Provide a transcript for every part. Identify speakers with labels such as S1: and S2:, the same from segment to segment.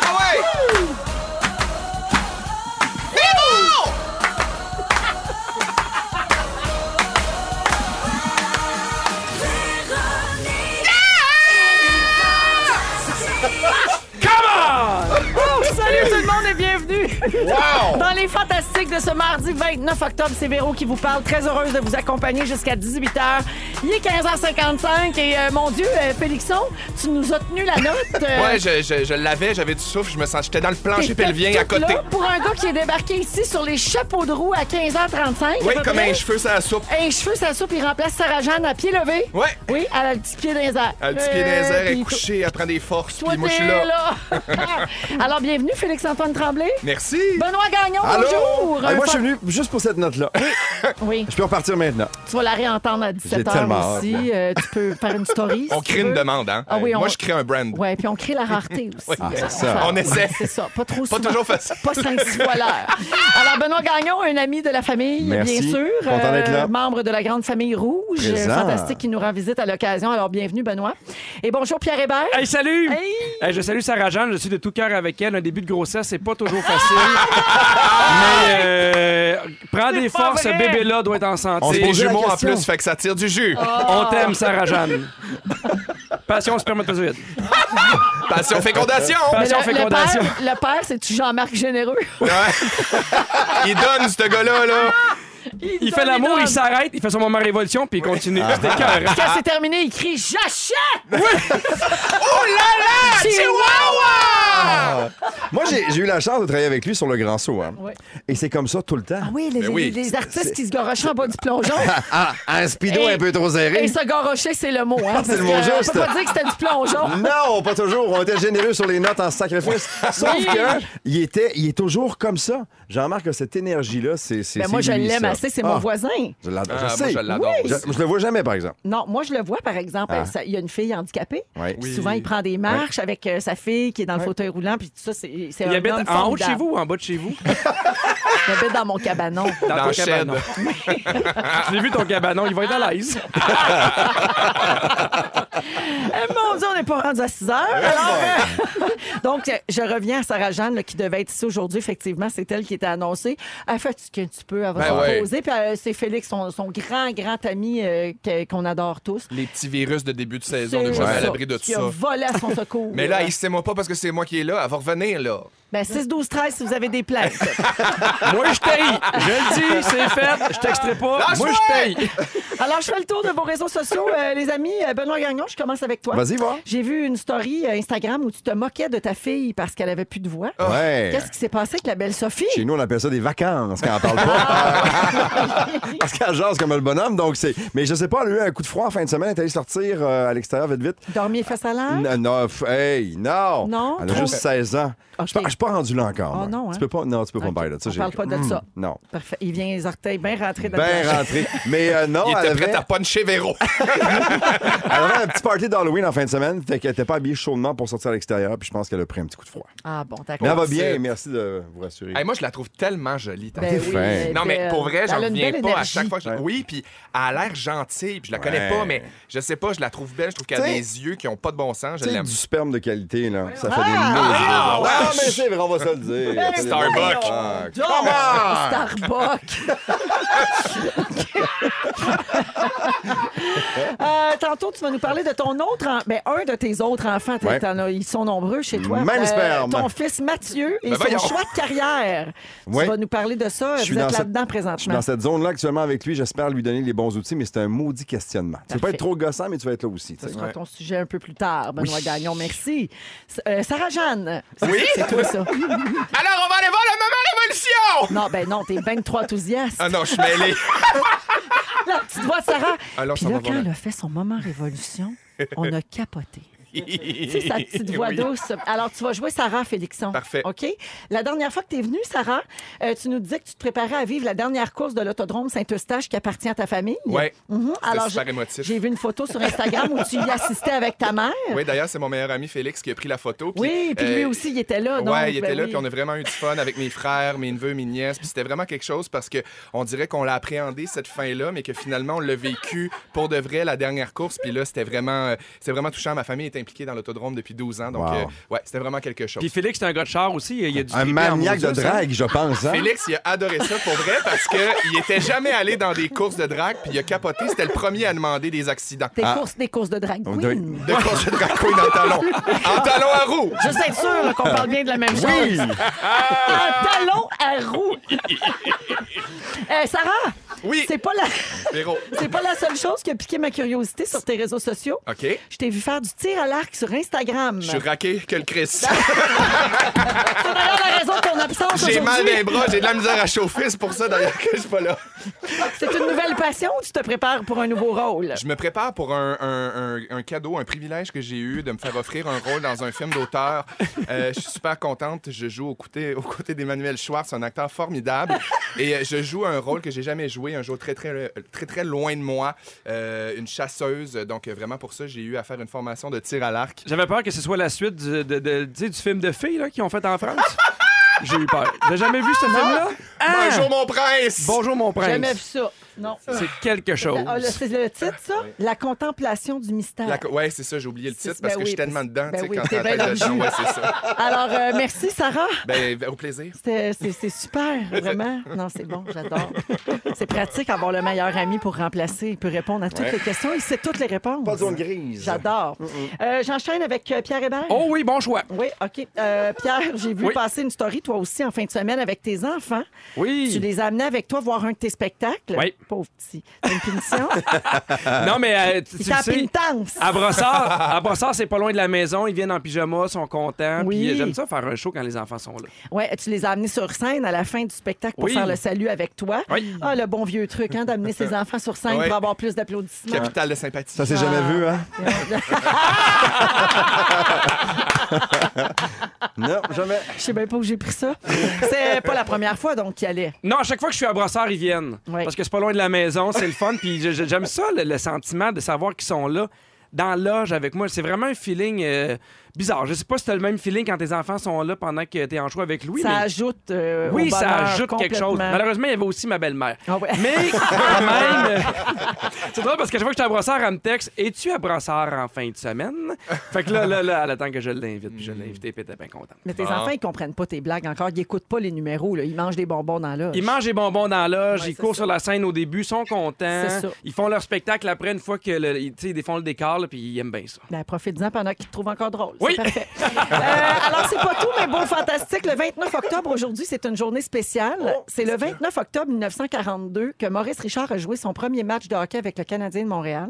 S1: Ah ouais! C'est bon!
S2: Oh, Salut tout le monde et bienvenue
S1: Wow!
S2: dans les fantastiques de ce mardi 29 octobre. C'est Véro qui vous parle. Très heureuse de vous accompagner jusqu'à 18h. Il est 15h55 et euh, mon Dieu, euh, Félixon, tu nous as tenu la note. euh,
S1: Ouais, je, je- je l'avais, j'avais du souffle, je me sens, j'étais dans le plancher
S2: t'étais
S1: pelvien à
S2: toute
S1: côté.
S2: là pour un gars qui est débarqué ici sur les chapeaux de roue à 15h35.
S1: Oui,
S2: à peu
S1: comme
S2: près.
S1: un cheveu sur la soupe.
S2: Un cheveu, sa soupe, il remplace Sarah Jeanne à pied levé.
S1: Ouais.
S2: Oui, à la petite pied dans les airs. Euh,
S1: Elle a le petit pied dans les airs, elle
S2: puis
S1: est couchée, elle prend des forces,
S2: Toi,
S1: puis moi je
S2: t'es
S1: suis là.
S2: là. Alors, bienvenue, Félix-Antoine Tremblay.
S1: Merci!
S2: Benoît Gagnon,
S3: Allô?
S2: bonjour.
S3: Hey, moi, je
S2: Un
S3: suis venu juste pour cette note-là.
S2: Oui,
S3: Je peux repartir maintenant.
S2: tu vas la réentendre à
S3: J'ai
S2: 17h
S3: tellement
S2: aussi.
S3: hâte,
S2: Euh, tu peux faire une story.
S1: on
S2: si tu
S1: crée une
S2: veux.
S1: demande, hein?
S2: Ah oui, on-
S1: Moi, je crée un brand.
S2: Ouais, puis on crée la rareté aussi.
S1: Ah,
S3: c'est ça.
S1: On essaie.
S2: C'est ça, pas trop
S1: Pas
S2: souvent.
S1: toujours facile.
S2: Pas 5 6 fois l'heure. Alors, Benoît Gagnon, un ami de la famille,
S3: Merci.
S2: bien sûr. euh,
S3: Content d'être là.
S2: Membre de la grande famille rouge.
S3: Présent.
S2: Fantastique qui nous rend visite à l'occasion. Alors, bienvenue, Benoît. Et bonjour, Pierre Hébert.
S4: Hey, salut!
S2: Hey!
S4: Hey, je salue Sarah Jeanne, je suis de tout cœur avec elle. Un début de grossesse, c'est pas toujours facile. mais euh, prends des
S2: pas
S4: forces, ce
S2: vrai!
S4: bébé-là doit être en
S1: On se
S4: santé.
S1: des
S3: posait la
S1: jumeaux en
S3: question.
S1: plus, fait que ça tire du jus.
S2: Ah, Oh!
S4: On t'aime, Sarah Jeanne. Passion spermatozoïde.
S1: Passion fécondation!
S2: Mais
S4: Passion
S2: le, le
S4: fécondation.
S2: père, le père, c'est-tu Jean-Marc Généreux?
S1: Ouais. Il donne, ce gars-là, là.
S4: Il fait l'amour,
S2: donne.
S4: il s'arrête, il fait son moment révolution, puis il continue.
S1: Ah.
S4: C'était cœur.
S2: Quand c'est terminé, il crie J'achète!
S1: Oh là là!
S2: Chihuahua!
S1: Chihuahua!
S3: Moi, j'ai j'ai eu la chance de travailler avec lui sur le grand saut. hein.
S2: Ouais.
S3: Et c'est comme ça tout le temps.
S2: Ah oui, les,
S1: Ben oui.
S2: les- les artistes qui se gorochaient en bas du plongeon.
S3: Ah, un speedo
S2: Et-
S3: un peu trop serré.
S2: Et se gorocher, c'est le mot. Hein,
S3: c'est le
S2: parce
S3: mot
S2: que
S3: juste. Mmh.
S2: On peut pas dire que c'était du plongeon.
S3: Non, pas toujours. On était généreux sur les notes en sacrifice. Sauf
S2: Oui.
S3: que il était, il est toujours comme ça. Jean-Marc a cette énergie-là. C'est, c'est,
S2: Ben, moi,
S3: c'est
S2: je
S3: lui,
S2: l'aime
S3: ça.
S2: assez, c'est
S3: Ah,
S2: mon voisin.
S3: Je, l'adore.
S1: Ah,
S3: je
S1: moi,
S3: sais.
S1: je l'adore
S3: Je,
S1: aussi.
S3: je le vois jamais, par exemple.
S2: Non, moi, je le vois, par exemple.
S3: Ah.
S2: ça- Il y a une fille handicapée.
S3: Ouais.
S2: Puis Souvent, il prend des marches avec euh, sa fille qui est dans le fauteuil roulant. Puis tout ça, c'est c'est un
S4: Il
S2: homme
S4: habite en haut de
S2: formidable.
S4: chez vous ou en bas de chez vous?
S2: Il habite dans mon cabanon.
S1: Dans
S4: ton
S1: le shed.
S4: cabanon. Je l'ai vu ton cabanon, il va être à l'aise.
S2: Euh, Mon Dieu, on n'est pas rendu à 6 heures. Alors, euh, donc, euh, je reviens à Sarah Jeanne, là, qui devait être ici aujourd'hui. Effectivement, c'est elle qui était annoncée. Elle fait ce que tu peux, elle va
S1: Ben
S2: se
S1: ouais.
S2: reposer. Puis euh, c'est Félix, son, son grand, grand ami euh, que- qu'on adore tous.
S1: Les petits virus de début de saison, on
S2: C'est
S1: n'est jamais à
S2: ça,
S1: l'abri de tout
S2: qui a
S1: ça.
S2: volé à son secours.
S1: Mais là, hissez-moi pas parce que c'est moi qui est là. Elle va revenir, là.
S2: Ben, 6, 12, 13, si vous avez des plaintes.
S4: Moi, je t'aille. Je le dis, c'est fait. Je texterai
S1: Ah,
S4: pas. Moi, je t'aille.
S2: Alors, je fais le tour de vos réseaux sociaux, euh, les amis. Euh, Benoît Gagnon, je commence avec toi.
S3: Vas-y, va.
S2: J'ai vu une story euh, Instagram où tu te moquais de ta fille parce qu'elle avait plus de voix.
S1: Ah,
S3: Ouais.
S2: Qu'est-ce qui s'est passé avec la belle Sophie?
S3: Chez nous, on appelle ça des vacances quand on parle pas. Parce qu'elle jase comme le bonhomme, donc c'est. Mais je sais pas, elle a eu un coup de froid en fin de semaine, elle est allée sortir euh, à l'extérieur vite vite.
S2: Dormir face à l'air?
S3: Non, non, f- hey, non!
S2: Hein? Non,
S3: Elle a
S2: trop-
S3: juste 16 ans.
S2: Ok.
S3: Je suis pas- je suis pas rendu là encore.
S2: Ah,
S3: moi.
S2: non, hein?
S3: Tu peux pas, non, tu peux pas
S2: Ok.
S3: me parler de ça.
S2: On
S3: j'ai- Mm.
S2: parle pas de ça.
S3: Non.
S2: Parfait. Il vient les orteils bien rentrés dans le
S3: Ben
S2: plancher.
S3: rentré. Mais euh, non,
S1: Il
S3: elle
S1: était
S3: avait,
S1: prêt à puncher Véro.
S3: elle avait un petit party d'Halloween en fin de semaine, fait qu'elle était pas habillée chaudement pour sortir à l'extérieur, puis je pense qu'elle a pris un petit coup de froid.
S2: Ah bon,
S3: Mais
S2: d'accord.
S3: elle va
S1: c'est-
S3: bien, merci de vous rassurer.
S1: Hey, moi, je la trouve tellement jolie. ta
S2: Ben
S1: fille.
S2: oui,
S3: fin.
S2: elle
S1: Non, mais
S2: était- euh,
S1: pour vrai,
S2: elle
S1: j'en
S2: a une
S1: reviens
S2: belle
S1: pas à
S2: énergie.
S1: chaque fois. que je- Oui, puis elle a l'air gentille, puis je la connais
S3: Ouais.
S1: pas, mais je sais pas, je la trouve belle. Je trouve qu'elle a
S3: T'sais-
S1: des yeux qui ont pas de bon sens. Je
S3: Tu sais,
S1: l'aime.
S3: du sperme de qualité, là. Ça fait
S1: Ah,
S3: des
S1: ouais.
S3: mauvais. Ah, mais c'est vrai, on va se le dire. Ça fait des
S1: Starbucks.
S3: mauvais-
S1: Ah,
S2: Donc, Starbucks. Euh, tantôt, tu vas nous parler de ton autre, en- ben, un de tes autres enfants. T'en-
S3: Ouais.
S2: t'en as- Ils sont nombreux chez toi. Euh,
S3: Même sperme.
S2: Ton fils Mathieu et
S1: Ben
S2: son
S1: voyons.
S2: choix de carrière.
S3: Ouais.
S2: Tu vas nous parler de ça.
S3: Je suis
S2: Vous
S3: dans
S2: êtes
S3: cette-
S2: là-dedans
S3: Je suis
S2: présentement.
S3: Ah, dans cette zone-là actuellement avec lui. J'espère lui donner les bons outils, mais c'est un maudit questionnement. Tu peux pas
S2: Parfait.
S3: être trop gossant, mais tu vas être là aussi. tu sais.
S2: Ce sera ton sujet un peu plus tard, Benoît Gagnon. Merci. S- euh, Sarah-Jeanne. C'est-
S1: Oui?
S2: C'est toi, ça.
S1: Alors, on va aller voir le moment révolution!
S2: Non, ben non, t'es 23 enthousiaste.
S1: Ah non, je suis mêlé.
S2: La petite voix de Sarah.
S1: Alors,
S2: Puis
S1: ça
S2: là,
S1: va
S2: quand
S1: voir.
S2: elle a fait son moment révolution, on a capoté. Tu sais, sa petite voix
S1: Oui.
S2: douce. Alors, tu vas jouer Sarah Félixon.
S1: Parfait.
S2: OK? La dernière fois que tu es venue, Sarah, euh, tu nous disais que tu te préparais à vivre la dernière course de l'autodrome Saint-Eustache qui appartient à ta famille.
S1: Ouais.
S2: Mhm.
S1: C'était
S2: Alors,
S1: super
S2: j'ai-
S1: émotif.
S2: j'ai vu une photo sur Instagram où tu y assistais avec ta mère.
S1: Oui, d'ailleurs, c'est mon meilleur ami Félix qui a pris la photo.
S2: Oui, puis lui
S1: euh,
S2: aussi, il était là. donc,
S1: ouais, il
S2: ben
S1: était là,
S2: oui.
S1: puis on a vraiment eu du fun avec mes frères, mes neveux, mes nièces. Puis c'était vraiment quelque chose parce que on dirait qu'on l'a appréhendé cette fin-là, mais que finalement on l'a vécu pour de vrai la dernière course. Puis là, c'était vraiment, euh, c'est vraiment touchant. Ma famille est impliqué dans l'autodrome depuis 12 ans. Donc,
S3: Wow.
S1: euh, ouais, c'était vraiment quelque chose.
S4: Puis Félix, c'est un gars de char aussi. Il y a du
S3: Un
S4: trippé en
S3: maniaque de
S4: maudit, ça.
S3: drague, je pense. hein?
S1: Félix, il a adoré ça pour vrai parce qu'il était jamais allé dans des courses de drague, puis il a capoté. C'était le premier à demander des accidents. Ah,
S2: Des courses, des courses de drag
S3: On
S2: queen.
S3: doit-
S1: De courses de drag queen en talon. En talon à roue.
S2: Juste être sûr là, qu'on
S1: Ah.
S2: parle bien de la même chose.
S3: Oui!
S2: Un talon à roue. Euh, Sarah,
S1: Oui,
S2: c'est pas la
S1: Véro.
S2: c'est pas la seule chose qui a piqué ma curiosité sur tes réseaux sociaux.
S1: OK.
S2: Je t'ai vu faire du tir à l'arc sur Instagram.
S1: Je suis raqué que le Chris.
S2: C'est d'ailleurs la raison de ton absence
S1: J'ai mal dans
S2: aujourd'hui.
S1: les bras, j'ai de la misère à chauffer, c'est pour ça d'ailleurs que je suis pas là.
S2: C'est une nouvelle passion ou tu te prépares pour un nouveau rôle?
S1: Je me prépare pour un, un- un- un cadeau, un privilège que j'ai eu de me faire offrir un rôle dans un film d'auteur. Euh, je suis super contente. Je joue aux côtés, aux côtés d'Emmanuel Schwartz, un acteur formidable. Et euh, je joue un rôle que j'ai jamais joué, un jour très, très, euh, très, très loin de moi, euh, une chasseuse. Donc, euh, vraiment, pour ça, j'ai eu à faire une formation de tir à l'arc.
S4: J'avais peur que ce soit la suite du, de- de- tu sais, du film de filles là, qu'ils ont fait en France. J'ai eu peur. J'ai jamais vu ce film-là? Ah!
S1: Bonjour, mon prince!
S4: Bonjour, mon prince.
S2: J'ai Hein? Jamais vu ça. Non.
S4: C'est quelque chose.
S2: Ah, le- c'est le titre, ça? La contemplation du mystère.
S1: La co- ouais, c'est ça, j'ai oublié le titre
S2: C'est-
S1: parce
S2: ben
S1: que je suis
S2: oui,
S1: tellement
S2: parce-
S1: dedans,
S2: ben
S1: tu sais,
S2: oui,
S1: quand
S2: t'es
S1: t'as
S2: bien
S1: la tête
S2: dans le
S1: dedans, ouais, c'est ça.
S2: Alors, euh, merci, Sarah.
S1: Ben, au plaisir.
S2: C'était- C'est c'est super, vraiment. Non, c'est bon, j'adore. C'est pratique avoir le meilleur ami pour remplacer. Il peut répondre à toutes les questions. Il sait toutes les réponses.
S3: Pas de zone grise.
S2: J'adore. Euh, J'enchaîne avec euh, Pierre Hébert.
S4: Oh oui, bon choix.
S2: Oui, OK. Euh, Pierre, j'ai vu
S4: Oui.
S2: passer une story, toi aussi, en fin de semaine, avec tes enfants.
S4: Oui.
S2: Tu les as amenés avec toi voir un de tes spectacles.
S4: Oui.
S2: Pauvre petit. C'est une punition.
S4: Non, mais euh, tu, tu
S2: Il
S4: le
S2: t'a
S4: sais. Ah.
S2: une pince.
S4: À Brossard, à Brossard, c'est pas loin de la maison. Ils viennent en pyjama, sont contents.
S2: Oui.
S4: Puis euh, j'aime ça faire un show quand les enfants sont là.
S2: Ouais, tu les as amenés sur scène à la fin du spectacle pour
S4: Oui.
S2: faire le salut avec toi.
S4: Oui.
S2: Ah, le bon vieux truc, hein, d'amener ses enfants sur scène
S1: Ouais.
S2: pour avoir plus d'applaudissements.
S1: Capital de sympathie.
S3: Ça s'est jamais vu, hein? Non, jamais.
S2: Je sais bien pas où j'ai pris ça. C'est pas la première fois, donc, qu'il allait.
S4: Non, à chaque fois que je suis à Brossard, ils viennent.
S2: Oui.
S4: Parce que c'est pas loin de la maison, c'est le fun. Puis je- je- j'aime ça, le, le sentiment de savoir qu'ils sont là, dans la loge avec moi. C'est vraiment un feeling euh, bizarre. Je sais pas si t'as le même feeling quand tes enfants sont là pendant que t'es en choix avec Louis.
S2: ça
S4: mais-
S2: ajoute. euh, au
S4: Oui, ça
S2: bonheur
S4: ajoute quelque chose.
S2: complètement.
S4: Malheureusement, il y avait aussi ma belle-mère.
S2: Ah ouais.
S4: Mais quand même, euh, c'est drôle parce que chaque fois que j'étais à Brossard, elle me texte Es-tu à Brossard en fin de semaine Fait que là, là, là, elle attend que je l'invite, puis je l'ai invité, puis elle était bien contente.
S2: Mais tes
S1: Ah.
S2: enfants, ils comprennent pas tes blagues encore. Ils écoutent pas les numéros. là. Ils mangent des bonbons dans l'âge.
S4: Ils mangent des bonbons dans la loge,
S2: Ouais,
S4: ils
S2: c'est
S4: courent
S2: ça.
S4: sur la scène au début, sont contents.
S2: C'est ça.
S4: Ils font leur spectacle après, une fois que le- ils- tu sais, ils font le décor, là, puis ils aiment bien ça.
S2: Ben, Profite-en pendant qu'ils te trouvent encore drôle.
S4: Oui.
S2: C'est parfait. Euh, alors, c'est pas tout, mais beau fantastique. Le 29 octobre, aujourd'hui, c'est une journée spéciale.
S4: Oh,
S2: C'est le 29 octobre 1942 que Maurice Richard a joué son premier match de hockey avec le Canadien de Montréal.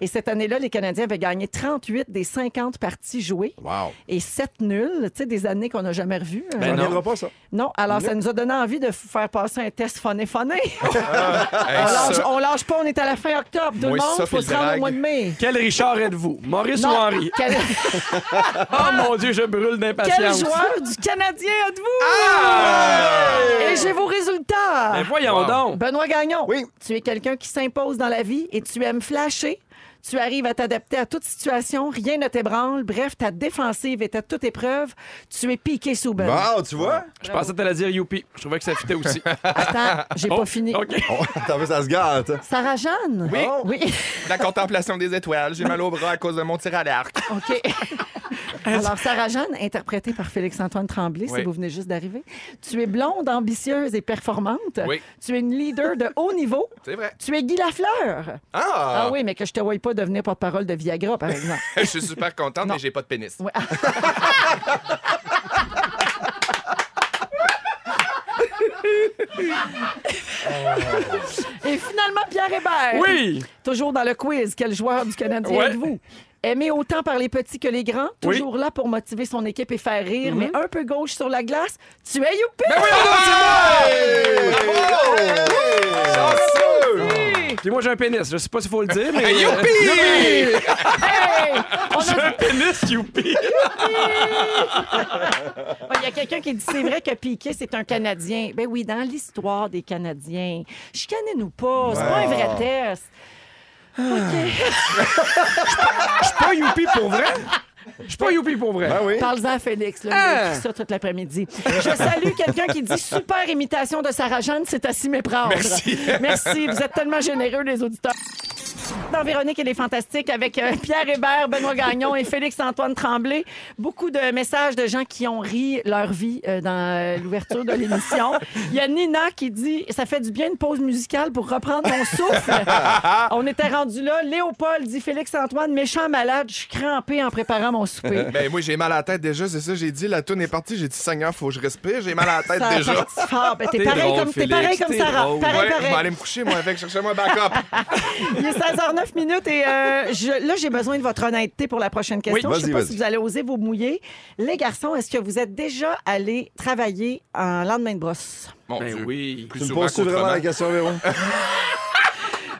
S2: Et cette année-là, les Canadiens avaient gagné 38 des 50 parties jouées
S3: Wow.
S2: et 7 nuls, tu sais, des années qu'on n'a jamais revues.
S3: Ça
S4: Ben
S2: Euh,
S4: non.
S3: reviendra pas, ça.
S2: non, alors ça nous a donné envie de f- faire passer un test phoné-phoné.
S1: Hey,
S2: on,
S1: Ah, ça-
S2: lâche, on lâche pas, on est à la fin octobre. Tout
S1: Moi,
S2: le monde,
S1: ça,
S2: faut
S1: puis
S2: se
S1: le
S2: rendre au
S1: drag.
S2: mois de mai.
S4: Quel Richard êtes-vous Maurice ou Henri
S2: quel-
S4: Oh mon Dieu, je brûle d'impatience.
S2: Quel joueur du Canadien êtes-vous? Et j'ai vos résultats.
S4: Ben voyons
S1: Wow.
S4: donc
S2: Benoît Gagnon,
S3: Oui.
S2: tu es quelqu'un qui s'impose dans la vie et tu aimes flasher. Tu arrives à t'adapter à toute situation, rien ne t'ébranle. Bref, ta défensive est à toute épreuve. Tu es piqué sous Ben.
S3: Wow, tu vois?
S4: Je pensais que t'allais dire youpi. Je trouvais que ça fitait aussi.
S2: Attends, j'ai pas fini.
S4: OK.
S3: Oh, T'as vu, ça se gâte.
S2: Sarah-Jeanne?
S1: Oui.
S2: Oui.
S1: La contemplation des étoiles. J'ai mal au bras à cause de mon tir à l'arc.
S2: OK. Alors, Sarah-Jeanne, interprétée par Félix-Antoine Tremblay, si
S1: Oui.
S2: vous venez juste d'arriver. Tu es blonde, ambitieuse et performante.
S1: Oui.
S2: Tu es une leader de haut niveau.
S1: C'est vrai.
S2: Tu es Guy Lafleur.
S1: Ah!
S2: Ah, oui, mais que je te voie pas devenir porte-parole de Viagra, par exemple.
S1: Je suis super contente, mais j'ai pas de pénis.
S2: Ouais. Et finalement, Pierre Hébert.
S4: Oui!
S2: Toujours dans le quiz, quel joueur du Canadien
S4: Ouais.
S2: êtes-vous? Aimé autant par les petits que les grands,
S4: Oui. Mm-hmm.
S2: toujours là pour motiver son équipe et faire rire, mais un peu gauche sur la glace, tu es youpi!
S4: Ben Puis moi, j'ai un pénis. Je sais pas s'il faut le dire, mais.
S1: Hey, youpi!
S2: Hey! On
S4: J'ai
S2: a-
S4: un pénis, youpi!
S2: Ouais, Il y a quelqu'un qui dit c'est vrai que Piquet, c'est un Canadien. Ben oui, dans l'histoire des Canadiens. Chicanez nous pas, c'est pas un vrai test.
S4: Pas youpi pour vrai? Je suis pas youpi pour vrai.
S3: Ben oui.
S2: Parle-en à Félix, là,
S4: Ah!
S2: il a écrit ça toute l'après-midi. Je salue quelqu'un qui dit super imitation de Sarah Jeanne, c'est à s'y méprendre. Merci. Merci, vous êtes tellement généreux, les auditeurs. Dans Véronique, elle est fantastique avec euh, Pierre Hébert, Benoît Gagnon et Félix-Antoine Tremblay. Beaucoup de messages de gens qui ont ri leur vie euh, dans euh, l'ouverture de l'émission. Il y a Nina qui dit Ça fait du bien une pause musicale pour reprendre mon souffle. On était rendu là. Léopold dit Félix-Antoine, méchant malade, je suis crampé en préparant mon souper.
S1: Ben moi j'ai mal à la tête déjà, c'est ça j'ai dit, la toune est partie, j'ai dit Seigneur, faut que je respire, j'ai mal à la tête
S2: Ça a
S1: déjà.
S2: parti fort. Ben, t'es
S4: T'es
S2: pareil,
S4: drôle,
S2: comme, t'es
S4: Félix,
S2: pareil comme
S4: t'es
S2: Sarah.
S4: drôle.
S2: Pareil,
S1: Ouais, je
S2: pareil.
S1: vais aller me coucher moi avec, cherchez-moi un backup.
S2: Il est 16h09 minutes et euh, je- là, j'ai besoin de votre honnêteté pour la prochaine question.
S3: Oui,
S2: je sais pas
S3: vas-y, vas-y.
S2: si vous allez oser vous mouiller. Les garçons, est-ce que vous êtes déjà allés travailler en lendemain de brosse?
S1: Mon
S4: Ben
S1: Dieu.
S4: oui.
S1: Plus
S3: Tu me
S1: souvent
S3: poses-tu
S1: qu'autrement.
S3: vraiment la question, Véro?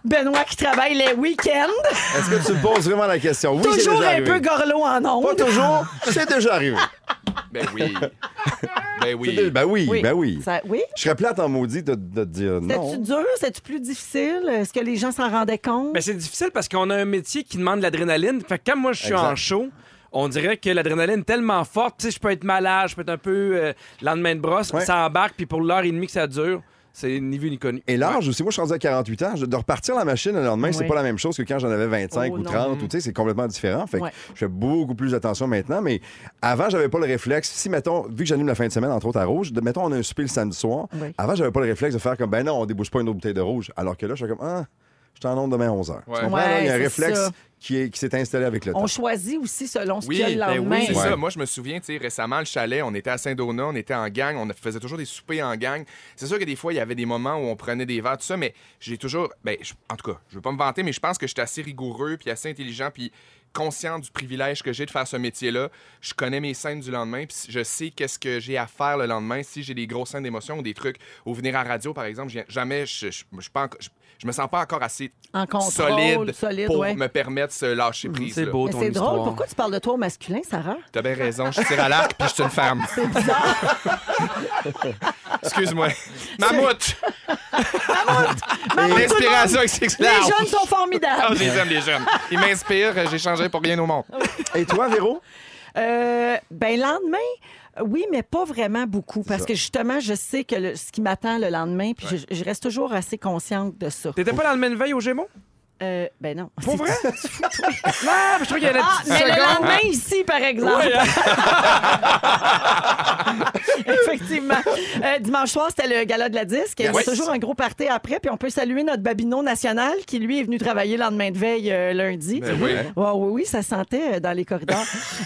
S2: Benoît qui travaille les week-ends,
S3: Est-ce que tu me poses vraiment la question? Oui, c'est
S2: toujours
S3: déjà
S2: un peu
S3: arrivé.
S2: gorlot en
S3: Pas
S2: ondes.
S3: toujours, c'est déjà arrivé.
S1: Ben oui. Ben
S3: C'est
S1: oui.
S3: déjà- Ben oui, ben oui.
S2: Ça- oui?
S3: Je serais plate en maudit de, de te dire
S2: C'était-tu
S3: non.
S2: dur? C'était-tu plus difficile? Est-ce que les gens s'en rendaient compte?
S4: Ben, c'est difficile parce qu'on a un métier qui demande de l'adrénaline. Fait que quand moi, je suis
S3: Exact.
S4: en show, on dirait que l'adrénaline est tellement forte. Tu sais, je peux être malade, je peux être un peu euh, lendemain de brosse.
S3: Ouais.
S4: Ça embarque, puis pour l'heure et demie que ça dure, c'est ni vu ni connu.
S3: Et l'âge aussi, moi je suis rendu à 48 ans, je- de repartir la machine le lendemain, c'est
S2: Oui.
S3: pas la même chose que quand j'en avais 25
S2: Oh,
S3: ou
S2: non.
S3: 30, ou, tu sais, c'est complètement différent. Fait que
S2: Ouais.
S3: je fais beaucoup plus attention maintenant, mais avant j'avais pas le réflexe, si mettons, vu que j'anime la fin de semaine, entre autres à Rouge, de- mettons on a un souper le samedi soir,
S2: Oui.
S3: avant j'avais pas le réflexe de faire comme, ben non, on débouche pas une autre bouteille de rouge, alors que là je suis comme, ah, je t'en onde demain 11h.
S1: Ouais.
S3: Il y a un
S2: Ouais, c'est
S3: réflexe
S2: ça.
S3: qui est- qui s'est installé avec le temps.
S2: On choisit aussi selon ce
S1: Oui,
S2: qu'il y a le
S4: ben oui,
S2: lendemain.
S1: C'est
S3: Ouais.
S1: ça. Moi, je me souviens, tu sais, récemment, le chalet, on était à Saint-Donat, on était en gang, on faisait toujours des soupers en gang. C'est sûr que des fois, il y avait des moments où on prenait des verres, tout ça, mais j'ai toujours. Ben, je- en tout cas, je veux pas me vanter, mais je pense que j'étais assez rigoureux, puis assez intelligent, puis conscient du privilège que j'ai de faire ce métier-là. Je connais mes scènes du lendemain, puis je sais qu'est-ce que j'ai à faire le lendemain si j'ai des grosses scènes d'émotion ou des trucs. Au venir à la radio, par exemple, je viens- jamais, je, je, je suis pas encore- je- je me sens pas encore assez
S2: En contrôle,
S1: solide,
S2: solide,
S1: pour
S2: ouais.
S1: me permettre ce lâcher prise.
S4: C'est
S1: là.
S4: beau
S2: Mais
S4: ton
S2: c'est
S4: histoire.
S2: drôle. Pourquoi tu parles de toi au masculin, Sarah?
S1: T'as bien raison, je tire à l'arc puis je suis une femme. C'est bizarre. Excuse-moi. Mammouth!
S2: Maman, Ah, tout le monde,
S1: L'inspiration avec
S2: Les jeunes sont formidables.
S1: Ah, je les aime, les jeunes. Ils m'inspirent, j'ai changé pour rien au monde.
S2: Ah
S3: Et toi, Véro?
S4: Ah.
S2: Euh, ben lendemain, euh, oui, mais pas vraiment beaucoup parce que justement, je sais que le- ce qui m'attend le lendemain, puis je, je reste toujours assez consciente de ça.
S4: T'étais pas dans le même veille au Gémeaux?
S2: Euh, ben non.
S4: Pour vrai? non, mais je trouve qu'il y a la
S2: Ah,
S4: petite
S2: mais le
S4: seconde.
S2: lendemain ici, par exemple.
S4: Ouais, hein?
S2: Effectivement. Euh, dimanche soir, c'était le gala de la disque.
S1: Yes.
S2: C'est toujours un gros party après. Puis on peut saluer notre Babino national qui, lui, est venu travailler le lendemain de veille euh, lundi.
S1: Ben oui.
S2: Ouais, oui, oui, ça sentait euh, dans les corridors. Euh,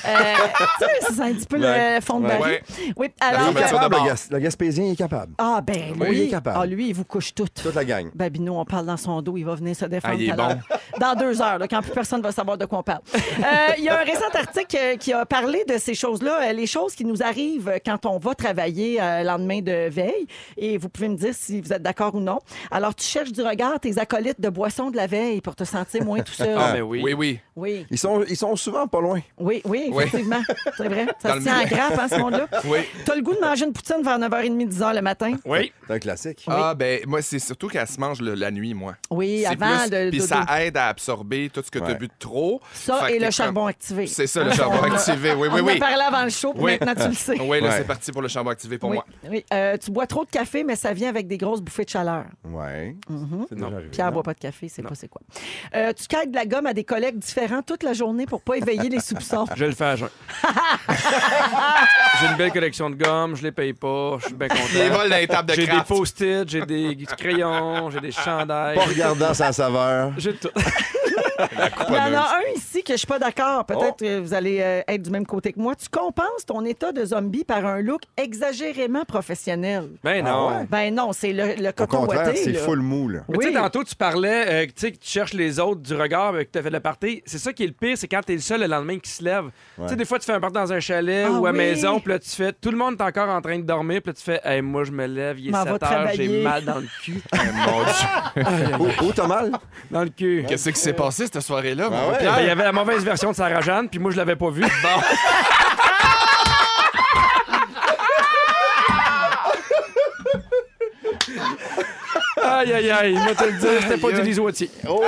S2: tu sais, ça sent un petit peu le fond de
S3: Ouais.
S2: baril.
S1: Ouais.
S2: Oui,
S1: Ah,
S3: Il
S2: alors...
S3: est
S1: ben, ça,
S3: capable,
S1: d'abord.
S3: le, Gas- le Gaspésien il est capable.
S2: Ah, ben
S3: Oui,
S2: oui.
S3: il est capable.
S2: Ah, lui, il vous couche toutes.
S3: Toute la gang.
S2: Babino, on parle dans son dos, il va venir se défendre.
S1: Ah, il est
S2: tout à l'heure. Dans deux heures, là, quand plus personne va savoir de quoi on parle. Euh, Il y a un récent article euh, qui a parlé de ces choses-là, euh, les choses qui nous arrivent euh, quand on va travailler euh, lendemain de veille. Et vous pouvez me dire si vous êtes d'accord ou non. Alors, tu cherches du regard tes acolytes de boissons de la veille pour te sentir moins tout seul.
S4: Ah, ben oui.
S1: Oui, oui.
S2: Oui,
S3: Ils sont, ils sont souvent pas loin.
S2: oui, oui,
S1: Oui.
S2: effectivement. C'est vrai.
S1: Dans
S2: Ça
S1: le
S2: se tient en
S1: milieu.
S2: grappe, hein, ce monde-là.
S1: Oui.
S2: T'as le goût de manger une poutine vers 9h30, 10h le matin?
S4: Oui.
S3: C'est un classique.
S1: Ah, ben, moi, c'est surtout qu'elle se mange le- la nuit, moi.
S2: Oui,
S1: C'est
S2: avant
S1: plus-
S2: de-
S1: Puis
S2: de-
S1: ça aide à absorber tout ce que t'as
S3: Ouais.
S1: bu de trop. Fait
S2: Ça
S1: que
S2: et
S1: t'es
S2: le
S1: comme-
S2: charbon activé.
S1: C'est ça, le charbon activé. Oui,
S2: On
S1: oui,
S2: en a
S1: oui.
S2: parlé avant le show, puis
S1: Oui.
S2: maintenant tu le sais.
S1: Oui, là,
S3: Ouais.
S1: c'est parti pour le charbon activé pour
S2: Oui,
S1: moi.
S2: oui. Euh, tu bois trop de café, mais ça vient avec des grosses bouffées de chaleur.
S3: Ouais. C'est déjà arrivé.
S2: Pierre boit pas de café, c'est pas c'est quoi. Euh, tu cales de la gomme à des collègues différents toute la journée pour pas éveiller les soupçons.
S3: Ah.
S4: Je le fais à jeun. j'ai une belle collection de gommes, je les paye pas, je suis bien
S1: Il
S4: content.
S1: vole dans les tables de
S4: J'ai des
S1: craft.
S4: post-it, j'ai des crayons, j'ai des chandails.
S3: Pas regardant sa saveur.
S4: J'ai tout.
S2: Il y en a un ici que je suis pas d'accord. Peut-être
S1: Oh.
S2: que vous allez euh, être du même côté que moi. Tu compenses ton état de zombie par un look exagérément professionnel.
S4: Ben non.
S3: Ah ouais?
S2: Ben non, c'est le, le
S3: Au
S2: coton
S3: contraire,
S2: ouaté,
S3: c'est
S2: là.
S3: full mou, là.
S4: Mais Tu
S2: Oui.
S4: sais, tantôt, tu parlais euh, que tu sais, que tu cherches les autres du regard euh, que tu as fait le party. C'est ça qui est le pire, c'est quand tu es le seul le lendemain qui se lève. Tu sais, des fois, tu fais un party dans un chalet
S2: Ah
S4: ou à
S2: oui.
S4: maison, puis là, tu fais. Tout le monde est encore en train de dormir, puis là, tu fais. Hey, moi, je me lève, il est
S2: M'en
S4: 7
S2: va
S4: heures, j'ai
S2: travailler.
S4: mal dans le cul.
S1: Mon Dieu.
S3: Où, où t'as mal?
S4: Dans le cul.
S1: Qu'est-ce qui s'est passé cette soirée-là, mon
S3: ouais.
S1: Pierre?
S4: Ben, Il y avait la mauvaise version de Sarah Jeanne, puis moi, je l'avais pas vue. Aïe, aïe, aïe. Moi, te le dire, c'était pas
S1: Aïe,
S4: du
S1: aïe.
S4: lisotier.
S3: Oh!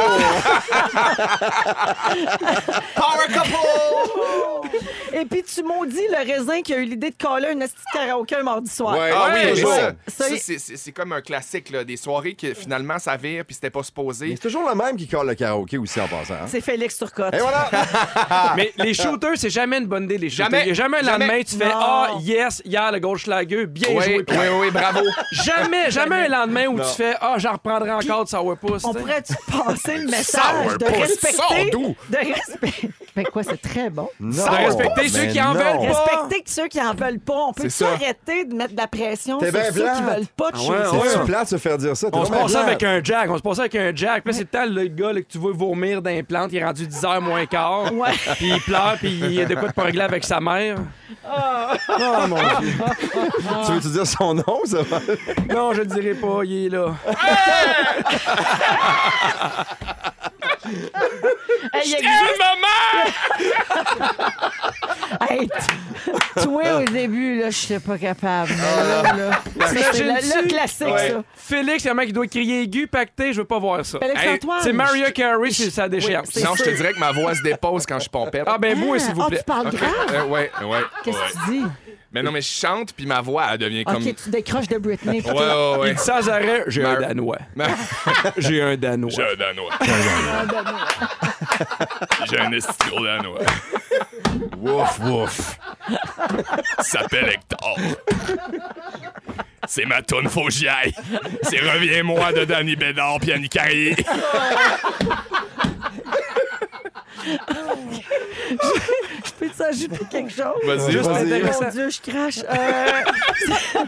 S1: Power couple!
S2: Et puis tu maudis le raisin qui a eu l'idée de coller un esti de karaoké un mardi soir.
S3: Ouais.
S1: Ah
S4: Ouais,
S1: oui, mais
S3: toujours.
S1: ça,
S2: Ça,
S1: ça,
S2: il-
S1: c'est- c'est c'est comme un classique, là, des soirées qui finalement s'avèrent puis c'était pas
S3: Mais
S1: supposé.
S3: c'est toujours le même qui colle le karaoké aussi en passant. hein.
S2: C'est Félix Turcotte.
S3: Et voilà!
S4: Mais les shooters, c'est jamais une bonne idée, les shooters.
S1: Jamais.
S4: Il n'y a jamais un
S1: Jamais.
S4: lendemain, tu fais
S2: Non.
S4: Ah, yes, hier, le Goldschlager, bien
S1: Oui,
S4: joué.
S1: oui,
S4: Puis-
S1: oui, bravo.
S4: Jamais, jamais un lendemain où tu fais Ah, j'en reprendrai encore de Sourpuss.
S2: On
S4: tu sais.
S2: pourrait-tu passer le message
S1: Sourd,
S2: de
S1: pas
S2: respecter...
S1: sourd, doux.
S2: De respecter... Ben quoi, c'est très bon.
S3: Non,
S4: de respecter ceux
S3: mais
S4: qui en
S3: non.
S4: veulent pas.
S2: Respecter que ceux qui en veulent pas. On peut
S1: C'est ça.
S2: arrêter de mettre de la pression
S3: T'es
S2: sur
S3: bien
S2: ceux qui
S3: plate.
S2: veulent pas de
S4: Ah ouais,
S2: choses.
S4: ah ouais.
S3: C'est-tu plate de se faire dire ça? T'es
S4: On se
S3: vraiment
S4: passait
S3: plate.
S4: avec un jack, on se passait avec un jack. Puis là, c'est le temps, le gars là, que tu veux vomir dans les plantes, il est rendu 10h moins quart.
S2: Ouais.
S4: Puis il pleure, puis il y a de quoi de pas régler avec sa mère.
S3: Ah, mon Dieu. Tu veux-tu dire son nom? Ça
S4: Ah,
S3: va?
S4: Non, je le dirai pas, il est là.
S2: Hey, il existe- Hey, t- toi, au début, là, je n'étais pas capable. Mais là, là, ça, c'est
S4: T'imagines-tu?
S2: le, le classique, ça.
S4: Félix, il y a un mec qui doit crier aigu, pacté, je veux pas voir ça.
S2: Félix
S1: Hey,
S2: Antoine.
S4: C'est Maria Carey, c'est sa déchéance.
S2: c'est
S1: Non, je te
S2: sûr.
S1: dirais que ma voix se dépose quand je pompette.
S4: Ah ben moi,
S2: Ah,
S4: s'il vous
S2: ah,
S4: plaît.
S2: tu parles grave?
S1: Euh, ouais, ouais.
S2: Qu'est-ce
S1: ouais.
S2: que tu dis?
S1: Mais non, mais je chante puis ma voix, elle devient comme.
S2: OK, tu décroches de Britney.
S1: Ouais, ouais,
S4: Il
S1: ouais.
S4: dit sans arrêt, j'ai un
S1: Mar-
S4: Danois.
S1: Ma-
S4: J'ai un Danois.
S1: J'ai un danois. J'ai un esti gros danois.
S3: Wouf, wouf.
S1: Il s'appelle Hector. C'est ma tonne, faut que j'y aille. C'est Reviens-moi de Danny Bédard puis Annie Carrier.
S2: Peux-tu ajouter quelque chose?
S1: Vas-y,
S4: Ah,
S3: Vas-y.
S2: ben, Mon Dieu, je crache. Euh,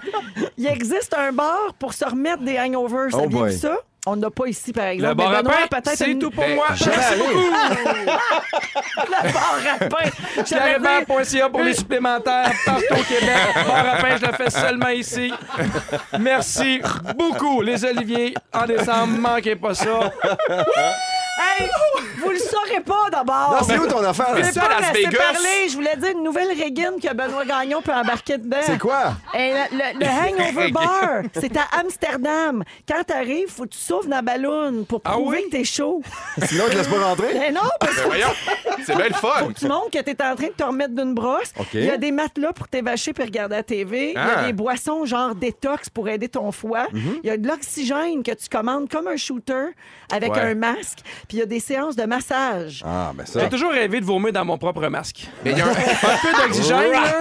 S2: il existe un bar pour se remettre des hangovers.
S3: Oh
S2: Saviez-vous
S3: boy.
S2: ça? On n'a pas ici, par exemple.
S4: Le bar
S2: Mais
S4: à
S2: Benoît,
S4: pain,
S2: peut-être
S4: c'est
S2: une-
S4: tout pour
S1: Ben,
S4: moi.
S3: Jamais allé.
S2: Le bar à pain. J'allais dire-
S4: Pierreban.ca pour les supplémentaires partout au Québec. Bar à pain, je le fais seulement ici. Merci beaucoup, les Oliviers. En décembre, manquez pas ça.
S2: Hey, vous le saurez pas d'abord.
S3: Ah, c'est où ton affaire?
S2: Je voulais
S1: ça,
S2: pas me
S1: Las
S2: laisser
S1: Vegas?
S2: parler. Je voulais dire une nouvelle Reagan que Benoît Gagnon peut embarquer dedans.
S3: C'est quoi?
S2: Et le, le- le Hangover Bar, c'est à Amsterdam. Quand t'arrives, faut que tu sauves dans la ballonne pour
S4: Ah
S2: prouver
S4: oui?
S2: que t'es chaud.
S3: Sinon, tu laisses pas rentrer?
S2: Mais non, parce que
S1: Ben, Voyons, c'est belle fun.
S2: tu montres que t'es en train de te remettre d'une brosse.
S3: OK.
S2: Il y a des matelas pour t'évacher puis regarder la TV. Il y
S1: Ah.
S2: a des boissons genre détox pour aider ton foie. Il
S3: Mhm.
S2: y a de l'oxygène que tu commandes comme un shooter avec
S1: Ouais.
S2: un masque. Puis il y a des séances de massage.
S3: Ah, ben ça.
S4: J'ai toujours rêvé de vomir dans mon propre masque.
S1: Mais il y a un-
S4: Un peu d'oxygène, là.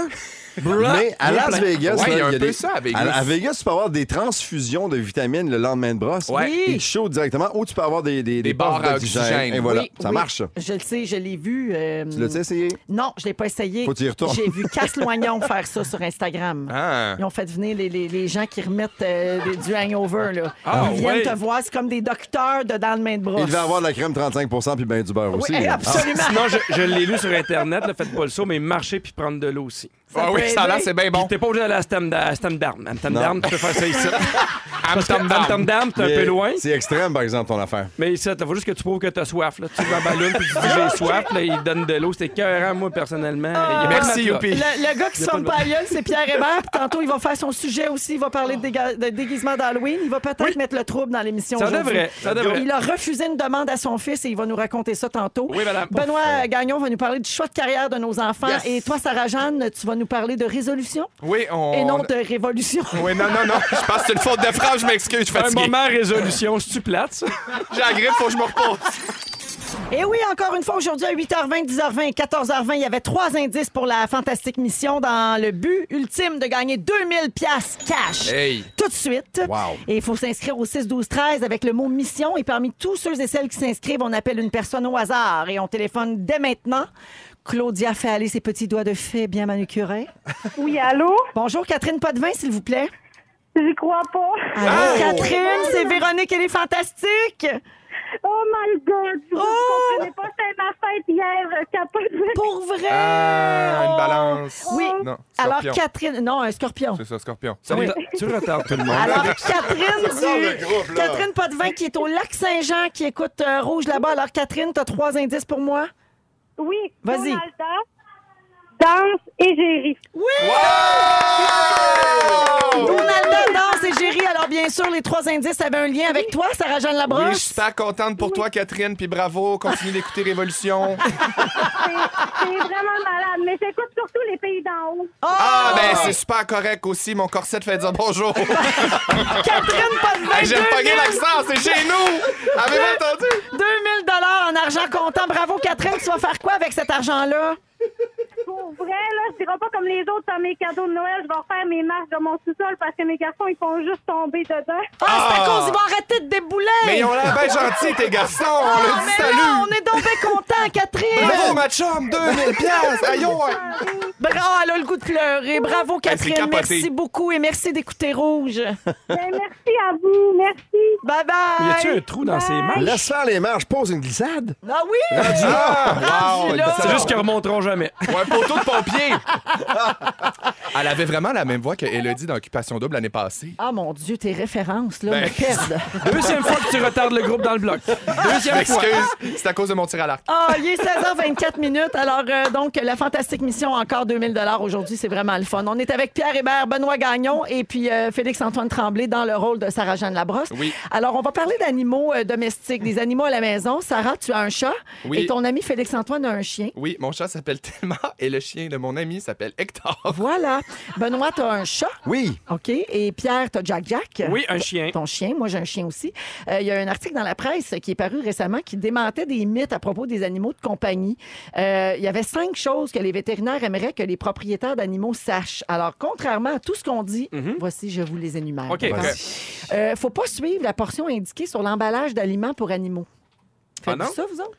S3: Mais à Las Vegas,
S1: Ouais,
S3: là,
S1: il y a un
S3: il
S1: peu
S3: des-
S1: ça à Vegas.
S3: À, à Vegas, tu peux avoir des transfusions de vitamines le lendemain de brosse.
S1: Ouais.
S2: Oui.
S3: Et chaud directement. Ou tu peux avoir des, des, des,
S1: barres
S3: puffs
S1: à
S3: d'oxygène.
S1: oxygène. Mm.
S3: Et voilà,
S2: Oui,
S3: ça
S2: oui.
S3: marche. ça.
S2: Je le sais, je l'ai vu. euh,
S3: Tu l'as-tu essayé?
S2: Non, je ne l'ai pas essayé.
S3: Faut que tu y retournes.
S2: J'ai vu Casse Loignon faire ça sur Instagram.
S1: Ah.
S2: Ils ont fait venir les, les- les gens qui remettent euh, des- du hangover. Là.
S4: Ah,
S2: Ils viennent
S4: ouais.
S2: te voir, c'est comme des docteurs de dans le main de
S1: Oh.
S2: brosse.
S3: Il devait avoir de la crème 35 puis ben du beurre aussi.
S2: Oui,
S3: là. Ah.
S2: absolument.
S4: Sinon, je, je l'ai lu sur Internet, là, faites pas le saut, mais marcher puis prendre de l'eau aussi.
S1: Ah
S2: peut
S1: oui, ça là,
S2: aider.
S1: c'est bien
S4: Puis
S1: bon.
S4: t'es pas obligé d'aller à Amsterdam. Amsterdam,
S3: Ah,
S4: Amsterdam, tu peux faire ça ici.
S1: Amsterdam.
S4: Amsterdam, c'est un
S3: Mais
S4: peu loin.
S3: C'est extrême, par exemple, ton affaire.
S4: Mais ça, il faut juste que tu prouves que t'as soif. Là. Tu vas à ballon puis tu dis j'ai soif, là, il te donne de l'eau. C'est écœurant, moi, personnellement. Il y a
S1: Merci,
S4: pas de matelas.
S1: Youpi.
S2: Le, le gars qui se forme pas à gueule, c'est Pierre Hébert. Puis tantôt, il va faire son sujet aussi. Il va
S4: Ah.
S2: parler de, déga- de déguisement d'Halloween. Il va peut-être mettre le trouble dans l'émission.
S4: Ça
S2: aujourd'hui.
S4: devrait, ça devrait.
S2: Il a refusé une demande à son fils et il va nous raconter ça tantôt.
S4: Oui, madame.
S2: Benoît Gagnon va nous parler du choix de carrière de nos enfants.
S3: Yes.
S2: Et toi, Sarah-Jeanne, tu vas nous parler de résolution
S1: Oui, on.
S2: et non de révolution.
S1: Oui, non, non, non. Je pense que c'est une faute de phrase, je m'excuse, je suis
S4: Un
S1: fatigué.
S4: moment résolution, si tu plates, ça.
S1: J'ai la grippe, faut que je me repose.
S2: Et Eh oui, encore une fois, aujourd'hui, à 8h20, 10h20 et 14h20, il y avait trois indices pour la fantastique mission dans le but ultime de gagner 2000 pièces cash.
S1: Hey.
S2: Tout de suite.
S3: Wow.
S2: Et il faut s'inscrire au 6 12 13 avec le mot mission et parmi tous ceux et celles qui s'inscrivent, on appelle une personne au hasard et on téléphone dès maintenant. Claudia fait aller ses petits doigts de fée bien manucurés.
S5: Oui, allô?
S2: Bonjour Catherine Potvin, s'il vous plaît.
S5: J'y crois pas.
S2: Allô Catherine, c'est Véronique, elle est fantastique.
S5: Oh my God! Vous
S2: Oh!
S5: comprenez pas, c'était ma fête hier. euh, Capote.
S2: Pour vrai.
S1: Ah, une
S2: Oh.
S1: balance.
S2: Oui.
S1: Non,
S2: Alors
S1: scorpion.
S2: Catherine, non, un scorpion.
S1: C'est ça, scorpion.
S4: Ça reta- Tu retardes tout le monde.
S2: Alors, Catherine, du...
S3: groupe, là.
S2: Catherine Potvin qui est au lac Saint-Jean, qui écoute euh, Rouge là-bas. Alors, Catherine, t'as trois indices pour moi?
S5: Oui,
S2: Vas-y.
S5: Donald Duck, Danse et Géry.
S1: Oh!
S2: Donald Duck, danse et Géry. Alors, bien sûr, les trois indices avaient un lien avec toi, Sarah-Jeanne
S1: Oui, je
S2: Labrosse.
S1: suis super contente pour toi, Catherine, puis bravo, continue d'écouter Révolution.
S5: C'est c'est vraiment malade. mais j'écoute surtout les pays d'en haut.
S1: Ah, ben c'est super correct aussi. Mon corset te fait dire bonjour.
S2: Catherine Potvin,
S1: Hey, J'ai
S2: 2000,
S1: repogné l'accent, c'est chez nous. Avez-vous entendu?
S2: 2000 dollars en argent comptant. Bravo, Catherine. Tu vas faire quoi avec cet argent-là?
S5: Pour vrai, là, je dirais pas comme les autres dans mes cadeaux de Noël, je vais refaire mes marches de mon sous-sol parce que mes garçons, ils font juste tomber dedans.
S2: Ah, c'est à
S1: Ah.
S2: cause qu'ils vont arrêter de débouler.
S1: Mais ils ont l'air bien gentils, tes garçons. On
S2: Ah,
S1: leur dit
S2: mais là,
S1: salut.
S2: on est donc bien contents, Catherine.
S1: Bravo, ma chum, 2000 piastres. Aïe, ouais.
S2: Bravo, Ah, elle a le goût de pleurer. Bravo, Catherine.
S1: capotée.
S2: Merci beaucoup et merci d'écouter Rouge.
S5: Ben, merci à vous, merci.
S2: Bye bye.
S4: Y a-tu un trou dans ses mains?
S3: Laisse faire les marches, pose une glissade.
S2: Ah oui!
S1: Ah, wow,
S2: Rendu là.
S1: c'est
S4: C'est
S1: juste
S4: juste qu'ils remonteront jamais.
S1: Ouais, un poteau de pompier. Elle avait vraiment la même voix que Elodie dans Occupation Double l'année passée.
S2: Ah mon Dieu, tes références, là,
S1: Ben,
S2: me perdent.
S4: Deuxième fois que tu retardes le groupe dans le bloc. Deuxième fois.
S1: Excuse, c'est à cause de mon tir à l'arc.
S2: Ah, il est 16h24 minutes. Alors, euh, donc, la fantastique mission, encore 2000 aujourd'hui, c'est vraiment le fun. On est avec Pierre Hébert, Benoît Gagnon et puis euh, Félix-Antoine Tremblay dans le rôle de Sarah-Jeanne Labrosse.
S1: Oui.
S2: Alors, on va parler d'animaux euh, domestiques, des animaux à la maison. Sarah, tu as un chat
S1: Oui.
S2: et ton ami Félix-Antoine a un chien.
S1: Oui, mon chat s'appelle Thelma et le chien de mon ami s'appelle Hector.
S2: Voilà. Benoît, tu as un chat.
S3: Oui.
S2: OK. Et Pierre, tu as Jack Jack.
S4: Oui, un chien.
S2: Ton chien, moi j'ai un chien aussi. Euh, Il y a un article dans la presse qui est paru récemment qui démentait des mythes à propos des animaux de compagnie. Euh, Il y avait cinq choses que les vétérinaires aimeraient que les propriétaires d'animaux sachent. Alors, contrairement à tout ce qu'on dit, voici, je vous les énumère.
S4: Mhm. OK.
S2: D'accord? Euh, faut pas suivre la portion indiquée sur l'emballage d'aliments pour animaux. Faites-vous
S4: Ah non?
S2: ça, vous autres?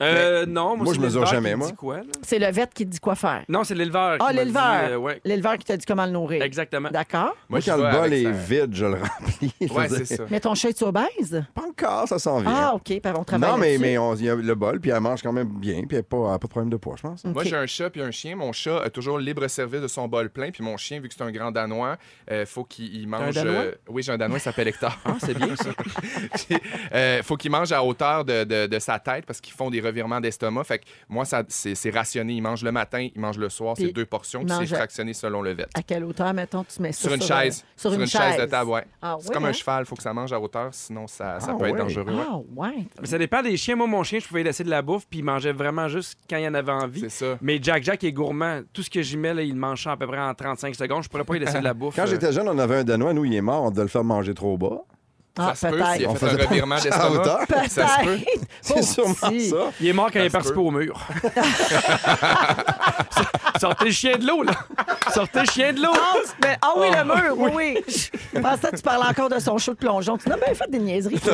S4: Euh, non, moi,
S3: Moi,
S4: c'est
S3: je mesure
S4: l'éleveur
S3: jamais,
S4: qui me
S3: moi.
S4: dit quoi, là.
S2: C'est le vet qui te dit quoi faire.
S4: Non, c'est l'éleveur.
S2: Ah,
S4: qui m'a
S2: l'éleveur.
S4: dit, euh, ouais.
S2: L'éleveur qui t'a dit comment le nourrir.
S4: Exactement.
S2: D'accord.
S3: Moi,
S1: je
S3: quand le
S1: vois
S3: bol
S1: avec
S3: est
S1: ça.
S3: vide, je le remplis. Je
S1: Ouais,
S3: veux
S1: c'est
S3: dire,
S1: ça.
S2: Mais ton chat est obèse?
S3: Pas encore, ça s'en vient.
S2: Ah, OK. par- On travaille
S3: non, mais,
S2: là-dessus.
S3: mais on, il y a le bol, puis elle mange quand même bien, puis elle n'a pas, elle a pas de problème de poids, je pense.
S1: Moi,
S2: OK.
S1: j'ai un chat puis un chien. Mon chat a toujours libre service de son bol plein. Puis mon chien, vu que c'est un grand Danois, euh, faut qu'il il mange. euh,
S4: Danois?
S1: Oui, j'ai un Danois, il s'appelle Hector.
S4: Ah, c'est bien ça.
S1: Puis, euh, faut qu'il mange à hauteur de, de- de sa tête parce qu'ils font des revirements d'estomac. Fait que moi, ça, c'est, c'est rationné. Il mange le matin, il mange le soir, c'est
S2: Puis,
S1: deux portions,
S2: il
S1: puis c'est
S2: mange à-
S1: fractionné selon le vet.
S2: À quelle hauteur, mettons, tu mets ça?
S1: Sur une chaise.
S2: Sur, une,
S1: chaise de table, ouais.
S2: Ah,
S1: c'est
S2: ouais,
S1: comme
S2: hein?
S1: un cheval, faut que ça mange à hauteur, sinon ça, ça
S3: Ah,
S1: peut être
S3: ouais.
S1: dangereux. ouais.
S2: Ah, ouais.
S4: Mais ça dépend des chiens. Moi, mon chien, je pouvais lui laisser de la bouffe, puis il mangeait vraiment juste quand il en avait envie.
S1: C'est ça.
S4: Mais Jack Jack est gourmand. Tout ce que j'y mets, là, il le mange ça à peu près en 35 secondes. Je pourrais pas lui laisser de la bouffe.
S3: Quand
S4: euh.
S3: j'étais jeune, on avait un Danois, nous, il est mort, on devait le faire manger trop bas.
S2: Ah,
S1: ça se peut, s'il
S2: peut-être.
S1: a
S3: On
S1: fait
S3: faisait
S1: un
S3: pas
S1: revirement
S3: de
S1: d'estomac.
S3: hauteur.
S1: Ça se peut.
S2: Peut-être.
S3: C'est sûrement
S2: Petit.
S3: ça.
S4: Il est mort quand il est
S1: se
S4: parti
S1: peut.
S4: au mur. Sortez le chien de l'eau, là. Sortez le chien de l'eau.
S2: Ah, tu- ben, ah oui, le mur, oui, oui. Je pensais que tu parlais encore de son show de plongeon. Tu n'as bien fait des niaiseries. toi.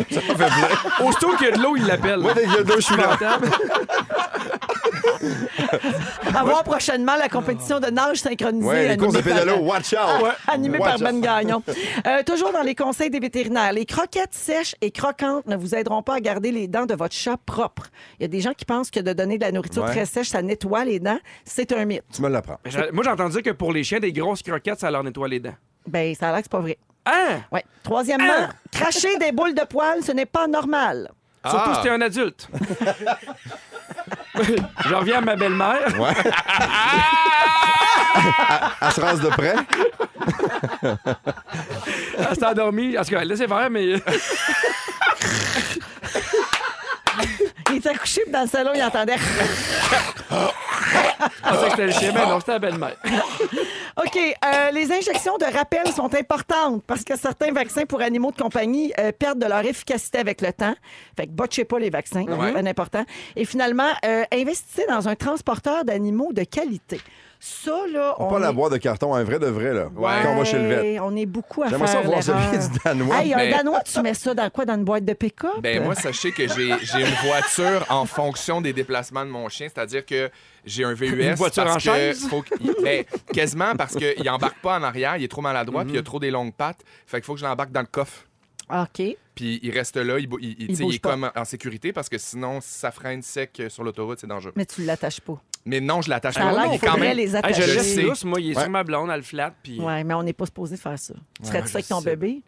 S4: Aussitôt qu'il y a de l'eau, il l'appelle.
S3: Moi, dès qu'il y a deux, je suis là.
S2: À voir prochainement la compétition de nage synchronisée.
S3: Ouais, les
S2: animée
S3: courses de
S2: par-
S3: pédalo, watch out!
S2: animée
S3: Watch
S2: par
S3: out.
S2: Ben Gagnon. Euh, toujours dans les conseils des vétérinaires, les croquettes sèches et croquantes ne vous aideront pas à garder les dents de votre chat propres. Il y a des gens qui pensent que de donner de la nourriture
S3: Ouais.
S2: très sèche, ça nettoie les dents. C'est un mythe.
S3: Tu me l'apprends.
S4: Mais j'ai- Moi, j'ai entendu dire que pour les chiens, des grosses croquettes, ça leur nettoie les dents.
S2: Ben, ça a l'air que c'est pas vrai.
S4: Hein?
S2: Ouais. Troisièmement,
S4: Ah!
S2: cracher des boules de poils, ce n'est pas normal.
S4: Surtout
S1: Ah!
S4: si t'es un adulte. Je reviens à ma belle-mère.
S3: Elle se rase de près.
S4: Elle s'est endormie. En tout cas, laissez faire, mais
S2: Il était couché puis dans le salon, il entendait.
S4: je pensais que c'était le chien. Mais non, c'était la belle-mère.
S2: OK, euh, les injections de rappel sont importantes parce que certains vaccins pour animaux de compagnie euh, perdent de leur efficacité avec le temps. Fait que botchez pas les vaccins, c'est bien important. Et finalement, euh, investissez dans un transporteur d'animaux de qualité. Ça, là, on,
S3: Pas la
S2: est...
S3: boîte de carton, un vrai de vrai, là.
S1: Ouais.
S3: Quand on va chez le vet.
S2: Ouais, on est beaucoup à
S3: J'aimerais ça
S2: faire
S3: voir celui
S2: l'erreur.
S3: du Danois.
S2: Hey, un
S1: Mais-
S2: Danois, tu mets ça dans quoi? Dans une boîte de pick-up?
S1: Ben moi, sachez que j'ai j'ai une voiture en fonction des déplacements de mon chien, c'est-à-dire que j'ai un VUS.
S4: Une voiture
S1: parce
S4: en
S1: que
S4: chaise?
S1: faut qu'il- ben, quasiment parce qu'il embarque pas en arrière, il est trop maladroit, puis il a trop des longues pattes. Fait qu'il faut que je l'embarque dans le coffre.
S3: Euh,
S2: OK.
S1: Puis il reste là, il, bou- il- il- tu sais, il
S2: bouge
S1: est
S2: pas.
S1: comme en sécurité parce que sinon, si ça freine sec euh, sur l'autoroute, c'est dangereux. Mais,
S2: Mais tu l'attaches pas.
S1: non, je l'attache
S2: Ça
S1: pas.
S2: a l'air
S1: Il est
S2: qu'il
S1: quand
S2: faudrait
S1: même.
S2: les
S4: Hey, je
S2: attacher.
S4: le
S1: sais.
S4: laisse lousse, moi. Il est
S3: Ouais.
S4: sur ma blonde, elle le flatte. Puis...
S2: Ouais, mais on n'est pas supposé faire ça. Tu ferais
S1: je
S2: ça avec ton
S1: sais.
S2: bébé?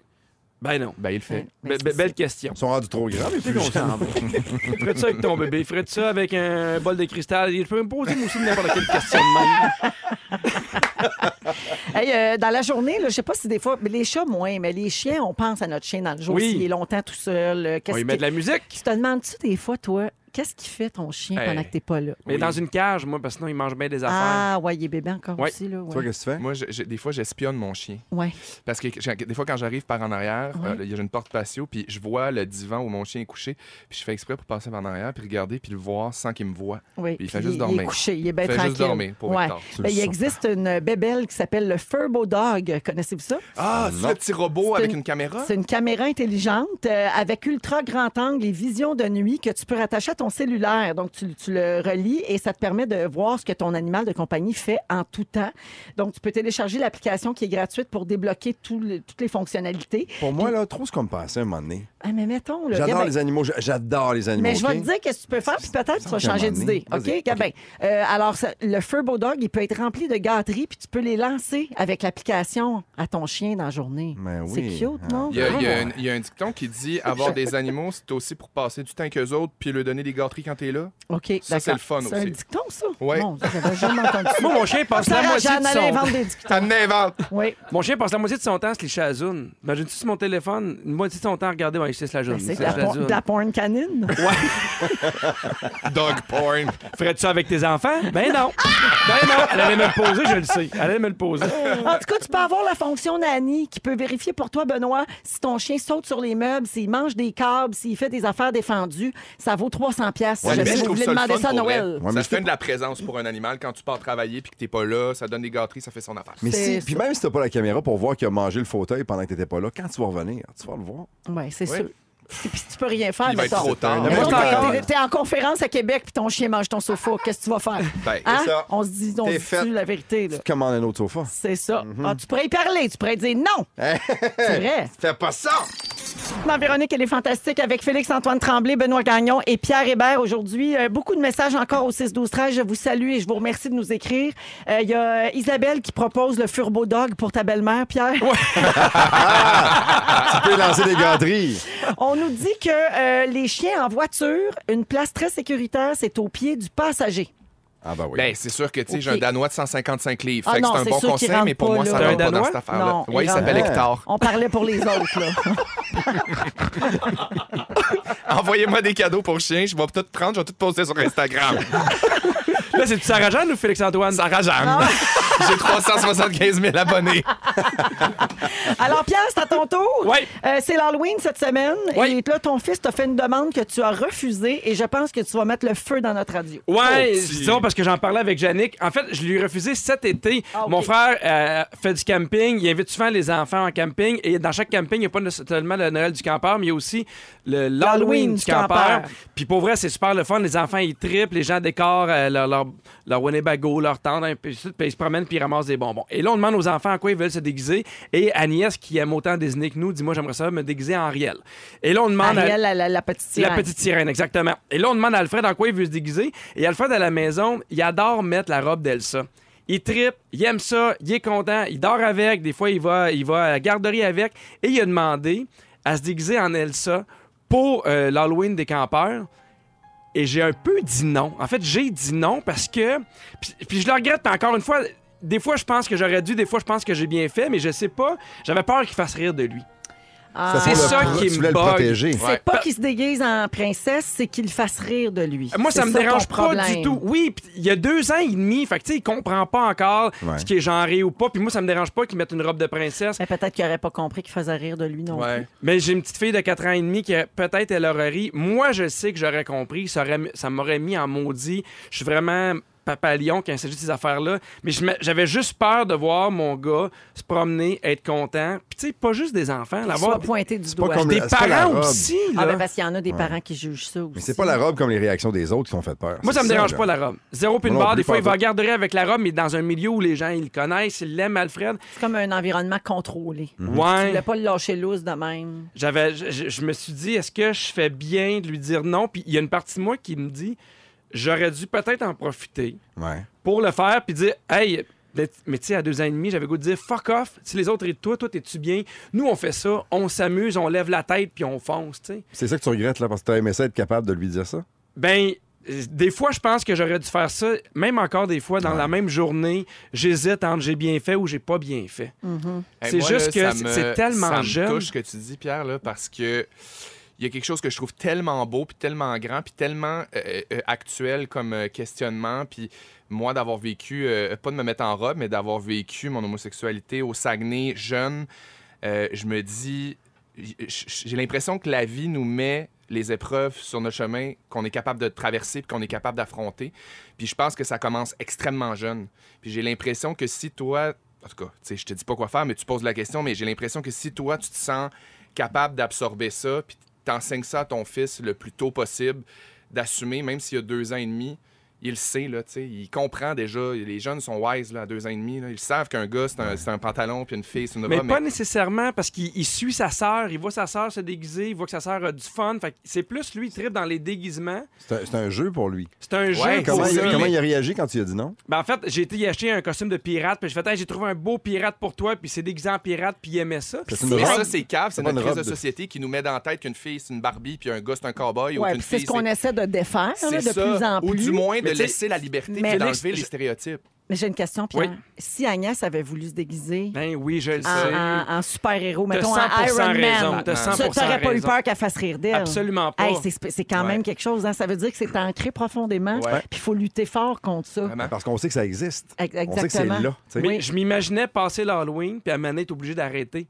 S4: Ben non.
S1: Ben il le fait.
S2: Mais
S4: Be-
S2: c'est-
S4: be- belle question.
S3: Ils sont rendus trop grands, mais plus jeunes.
S4: Ferais-tu ça avec ton bébé? Ferais-tu ça avec un bol de cristal? Je peux me poser moi aussi n'importe quelle question. de même.
S2: Hey, euh, dans la journée, là, je sais pas si des fois, mais les chats moins, mais les chiens, on pense à notre chien dans le jour
S4: Oui.
S2: s'il est longtemps tout seul. euh,
S4: On
S2: Qu'est-ce
S4: lui met de
S2: que...
S4: la musique.
S2: Tu te demandes-tu des fois, toi, Qu'est-ce qu'il fait ton chien
S4: Hey.
S2: pendant que t'es pas là?
S4: Mais dans une cage, moi, parce que sinon, il mange bien des affaires.
S2: Ah, ouais, il est bébé encore
S4: Ouais.
S2: aussi, là.
S3: Toi,
S2: Ouais.
S3: qu'est-ce que tu fais?
S1: Moi, je- je- des fois, j'espionne mon chien.
S2: Ouais.
S1: Parce que j'ai- des fois, quand j'arrive par en arrière,
S2: Ouais.
S1: euh, il y a une porte patio, puis je vois le divan où mon chien est couché, puis je fais exprès pour passer par en arrière, puis regarder, puis le voir sans qu'il me voie.
S2: Oui.
S1: Puis il fait
S2: Puis
S1: juste
S2: Il est
S1: dormir.
S2: couché, il est bien
S1: Il fait
S2: Ben, tranquille.
S1: juste dormir pour
S2: Ouais.
S1: Victor. Tu
S2: Ben,
S1: le
S2: il
S1: sens.
S2: existe une bébelle qui s'appelle le Furbo Dog. Connaissez-vous ça?
S1: Ah, c'est
S3: Non.
S1: le petit robot
S2: C'est
S1: avec une caméra?
S2: C'est une caméra intelligente euh, avec ultra grand angle et vision de nuit que tu peux rattacher à ton cellulaire. Donc, tu, tu le relis et ça te permet de voir ce que ton animal de compagnie fait en tout temps. Donc, tu peux télécharger l'application qui est gratuite pour débloquer tout le- toutes les fonctionnalités.
S3: Pour moi, là, trop ce qu'on me pensait à un moment donné.
S2: Ah, mais mettons, le
S3: J'adore les animaux. j- J'adore les animaux.
S2: mais je vais
S3: ok?
S2: te dire qu'est-ce que tu peux faire, puis peut-être tu vas
S3: me semble
S2: changer
S3: qu'à un moment
S2: d'idée. OK,
S3: donné. Vas-y.
S2: Gabin? Euh, alors, ça- le Furbo Dog, il peut être rempli de gâteries, puis tu peux les lancer avec l'application à ton chien dans la journée.
S3: Mais
S2: C'est
S3: oui.
S2: cute,
S3: Ah.
S2: non?
S1: Il y, a, il y a un, il y a un dicton qui dit avoir des animaux, c'est aussi pour passer du temps qu'eux autres, puis leur donner des gâteries quand t'es là.
S2: OK,
S1: Ça, c'est
S2: d'accord.
S1: le fun
S2: C'est un
S1: aussi.
S2: dicton, ça?
S1: Ouais.
S2: Non, j'avais jamais entendu ça.
S4: Moi, mon chien passe la
S2: Sarah
S4: moitié
S2: Jeanne,
S4: de
S2: elle
S4: son...
S2: invente des dictons.
S1: T'en inventes!
S2: Oui.
S4: Mon chien passe la moitié de son temps à se licher à la zone. Imagine-tu sur mon téléphone, une moitié de son temps à regarder, ouais, il se lèche la zone.
S2: Ben,
S4: il
S2: C'est
S4: se
S2: de la,
S4: lèche la
S2: por-
S4: zone.
S2: de la porn canine.
S1: Dog porn!
S4: Ferais-tu ça avec tes enfants? Ben non.
S2: Ah!
S4: Ben non. Elle allait me le poser, je le sais. Elle allait me le poser.
S2: En tout cas, tu peux avoir la fonction Nanny qui peut vérifier pour toi, Benoît, si ton chien saute sur les meubles, s'il mange des câbles, s'il fait des affaires défendues. Ça vaut 300 pièces.
S3: Ouais, mais
S1: Mais
S3: si
S2: J'avais
S1: je trouve
S2: voulu
S1: ça le
S2: demander
S1: fun
S2: ça à
S1: pour
S2: Noël.
S1: elle.
S3: Ouais,
S1: ça
S3: mais
S1: fait
S3: c'est-
S1: de la présence pour un animal quand tu pars travailler puis que t'es pas là, ça donne des gâteries, ça fait son affaire.
S3: Mais si,
S2: C'est
S3: puis
S2: ça.
S3: même si t'as pas la caméra pour voir qu'il a mangé le fauteuil pendant que t'étais pas là, quand tu vas revenir, tu vas le voir.
S2: Oui, c'est
S1: Oui.
S2: sûr. Et puis tu peux rien faire.
S1: Il va être
S2: mettons.
S1: trop tard.
S2: Mettons,
S4: Moi, c'est
S2: t'es-
S4: encore-
S2: t'es- T'es en conférence à Québec puis ton chien mange ton sofa. Qu'est-ce que tu vas faire?
S1: Ben,
S2: Hein?
S1: c'est ça.
S2: On se dit, on
S3: T'es
S2: se
S3: faite.
S2: dit la vérité. là.
S3: Tu te commandes un autre sofa.
S2: C'est ça. Ah, tu pourrais y parler, tu pourrais dire non. c'est vrai.
S3: Fais pas ça!
S2: Dans Véronique, elle est fantastique avec Félix-Antoine Tremblay, Benoît Gagnon et Pierre Hébert aujourd'hui. Euh, beaucoup de messages encore au 6-12-13. Je vous salue et je vous remercie de nous écrire. Euh, Il y a euh, Isabelle qui propose le Furbo Dog pour ta belle-mère, Pierre.
S3: Tu peux lancer des gâteries.
S2: On nous dit que euh, les chiens en voiture, une place très sécuritaire, c'est au pied du passager.
S3: Ah, bah oui.
S1: Ben, c'est sûr que, tu sais, j'ai un
S2: Ok.
S1: Danois de 155 livres.
S2: Ah
S1: fait que
S2: non,
S1: c'est un
S2: c'est
S1: bon
S2: sûr qu'il
S1: conseil,
S2: rentre
S1: mais pour
S2: pas
S1: moi,
S2: là.
S1: ça
S4: T'as un
S1: rentre pas dans
S4: Danois?
S1: cette
S2: Non,
S1: affaire-là.
S2: il
S1: Oui, il
S2: rentre
S1: s'appelle
S3: pas.
S1: Hector.
S2: On parlait pour les autres, là.
S1: Envoyez-moi des cadeaux pour chien, je vais tout prendre, je vais tout poster sur Instagram.
S4: Là, c'est-tu Sarah Jeanne ou Félix-Antoine?
S1: Sarah Jeanne. J'ai 375 000 abonnés.
S2: Alors, Pierre, c'est à ton tour.
S4: Ouais.
S2: Euh, c'est l'Halloween cette semaine.
S4: Ouais.
S2: Et là, ton fils t'a fait une demande que tu as refusée et je pense que tu vas mettre le feu dans notre radio.
S4: Ouais,
S1: petit.
S4: c'est drôle parce que j'en parlais avec Yannick. En fait, je lui ai refusé cet été.
S2: Ah, ok.
S4: Mon frère euh, fait du camping. Il invite souvent les enfants en camping. Et dans chaque camping, il n'y a pas seulement le Noël du campeur, mais il y a aussi le- l'Halloween du,
S2: du
S4: campeur.
S2: campeur.
S4: Puis pour vrai, c'est super le fun. Les enfants, ils trippent. Les gens décorent euh, leur, leur, leur Winnebago, leur tente, un peu, puis ils se promènent puis ils ramassent des bonbons. Et là, on demande aux enfants à quoi ils veulent se déguiser. Et Agnès, qui aime autant Disney que nous, dit Moi, j'aimerais ça me déguiser en Ariel. Et là, on demande à-
S2: Ariel, la, la- la petite sirène.
S4: la petite sirène, exactement. Et là, on demande à Alfred en quoi il veut se déguiser. Et Alfred, à la maison, il adore mettre la robe d'Elsa. Il tripe, il aime ça, il est content, il dort avec, des fois, il va, il va à la garderie avec. Et il a demandé à se déguiser en Elsa pour euh, l'Halloween des campeurs. Et j'ai un peu dit non. En fait, j'ai dit non parce que. Puis, puis je le regrette, puis encore une fois, des fois, je pense que j'aurais dû, des fois, je pense que j'ai bien fait, mais je sais pas. J'avais peur qu'il fasse rire de lui.
S2: Ah.
S3: C'était pour
S4: C'est
S3: le
S4: ça
S3: pro-
S4: qui
S3: Tu
S4: me
S3: voulais le
S4: bug.
S3: protéger.
S2: C'est pas qu'il se déguise en princesse, c'est qu'il fasse rire de lui.
S4: Moi, ça
S2: C'est
S4: me dérange
S2: ton
S4: pas
S2: problème.
S4: du tout. Oui, pis il y a deux ans et demi, fait que, tu sais, il comprend pas encore
S3: Ouais.
S4: ce qui est genré ou pas. Puis moi, ça me dérange pas qu'il mette une robe de princesse.
S2: Mais peut-être qu'il aurait pas compris qu'il faisait rire de lui non plus.
S4: Mais j'ai une petite fille de 4 ans et demi qui euh, peut-être elle aurait ri. Moi, je sais que j'aurais compris. Ça, aurait- ça m'aurait mis en maudit. Je suis vraiment papa lion quand il s'agit de ces affaires-là. Mais je me- j'avais juste peur de voir mon gars se promener, être content. Puis tu sais, pas juste des enfants,
S2: Qu'il
S4: l'avoir
S2: soit pointé du
S3: pas
S2: doigt.
S3: comme
S4: des
S3: C'est pas la
S4: parents
S3: robe.
S4: aussi.
S2: Ah,
S4: là.
S2: ben, parce qu'il y en a des parents qui jugent ça aussi.
S3: Mais c'est pas la robe comme les réactions des autres qui ont fait peur.
S4: Moi, ça me
S3: C'est
S4: dérange
S3: là.
S4: pas, la robe. Zéro puis une
S3: Moi non
S4: barre.
S3: plus,
S4: Des fois, il
S3: pas
S4: va
S3: en tout.
S4: garder avec la robe, mais dans un milieu où les gens, ils le connaissent, ils l'aiment, Alfred.
S2: C'est comme un environnement contrôlé.
S3: Mhm.
S2: Tu
S4: Ouais.
S2: voulais pas le lâcher loose de même.
S4: J'avais, je, je- je me suis dit, est-ce que je fais bien de lui dire non? Puis il y a une partie de moi qui me dit, j'aurais dû peut-être en profiter
S3: Ouais.
S4: pour le faire, puis dire, hey, d'être- mais tu sais, à deux ans et demi, j'avais goût de dire, fuck off, si les autres rient de toi, toi, t'es-tu bien? Nous, on fait ça, on s'amuse, on lève la tête, puis on fonce, tu sais.
S3: C'est ça que tu regrettes, là, parce que t'as aimé ça être capable de lui dire ça.
S4: Ben, euh, des fois, je pense que j'aurais dû faire ça, même encore des fois, dans la même journée, j'hésite entre j'ai bien fait ou j'ai pas bien fait.
S1: Hey,
S4: C'est
S1: moi,
S4: juste
S1: là,
S4: que
S1: ça me-
S4: c'est tellement
S1: ça me
S4: jeune.
S1: touche ce que tu dis, Pierre, là, parce que. il y a quelque chose que je trouve tellement beau, puis tellement grand, puis tellement euh, euh, actuel comme euh, questionnement, puis moi d'avoir vécu, euh, pas de me mettre en robe, mais d'avoir vécu mon homosexualité au Saguenay jeune, euh, je me dis, j- j- j'ai l'impression que la vie nous met les épreuves sur notre chemin qu'on est capable de traverser, puis qu'on est capable d'affronter. Puis je pense que ça commence extrêmement jeune. Puis j'ai l'impression que si toi, en tout cas, tu sais, je te dis pas quoi faire, mais tu poses la question, mais j'ai l'impression que si toi, tu te sens capable d'absorber ça, puis t'enseignes ça à ton fils le plus tôt possible, d'assumer, même s'il y a deux ans et demi, il le sait, là, tu sais, il comprend déjà. Les jeunes sont wise, là, à deux ans et demi. là. Ils savent qu'un gars, c'est un, c'est un pantalon, puis une fille, c'est une
S4: Mais
S1: robe.
S4: pas nécessairement parce qu'il il suit sa sœur, il voit sa sœur se déguiser, il voit que sa sœur a du fun. Fait que c'est plus lui, il tripe dans les déguisements.
S3: C'est un- c'est un jeu pour lui.
S4: C'est un jeu.
S1: Ouais,
S4: pour
S3: Comment, il,
S4: lui.
S3: comment il a réagi quand tu as dit non?
S4: Ben, en fait, j'ai été y acheter un costume de pirate, puis j'ai fait, Hey, j'ai trouvé un beau pirate pour toi, puis c'est déguisé en pirate, puis il aimait ça.
S3: C'est une
S1: Mais
S3: robe.
S1: ça, c'est cave, c'est
S3: Pas
S1: notre
S3: une
S1: crise de
S3: robe de-
S1: société qui nous met dans la tête qu'une fille, c'est une Barbie, puis un gars, c'est un cowboy, ou
S2: Ouais,
S1: qu'une
S2: puis c'est
S1: fille,
S2: ce qu'on essaie de défaire là, de
S1: c'est ça,
S2: plus en plus.
S1: Ou du moins de
S4: Mais tu sais-
S1: laisser la liberté,
S2: Mais-
S1: puis d'enlever
S4: Je-
S1: les stéréotypes.
S2: Mais j'ai une question, Pierre.
S4: Oui.
S2: Si Agnès avait voulu se déguiser
S4: Ben oui, je le sais.
S2: en, en- en super-héros, mettons en
S4: 100%
S2: Iron
S4: raison,
S2: Man,
S4: t'as
S2: ça,
S4: 100%
S2: t'aurais pas eu
S4: raison.
S2: peur qu'elle fasse rire d'elle.
S4: Absolument pas.
S2: Hey, c'est sp- c'est quand même
S4: Ouais.
S2: quelque chose. hein. Ça veut dire que c'est ancré profondément.
S1: Ouais.
S2: Puis il faut lutter fort contre ça.
S1: Vraiment.
S3: Parce qu'on sait que ça existe.
S2: Ex-
S3: On sait que c'est
S2: Exactement.
S3: là. tu sais.
S4: Mais je m'imaginais passer l'Halloween, puis à un moment donné, être obligé d'arrêter.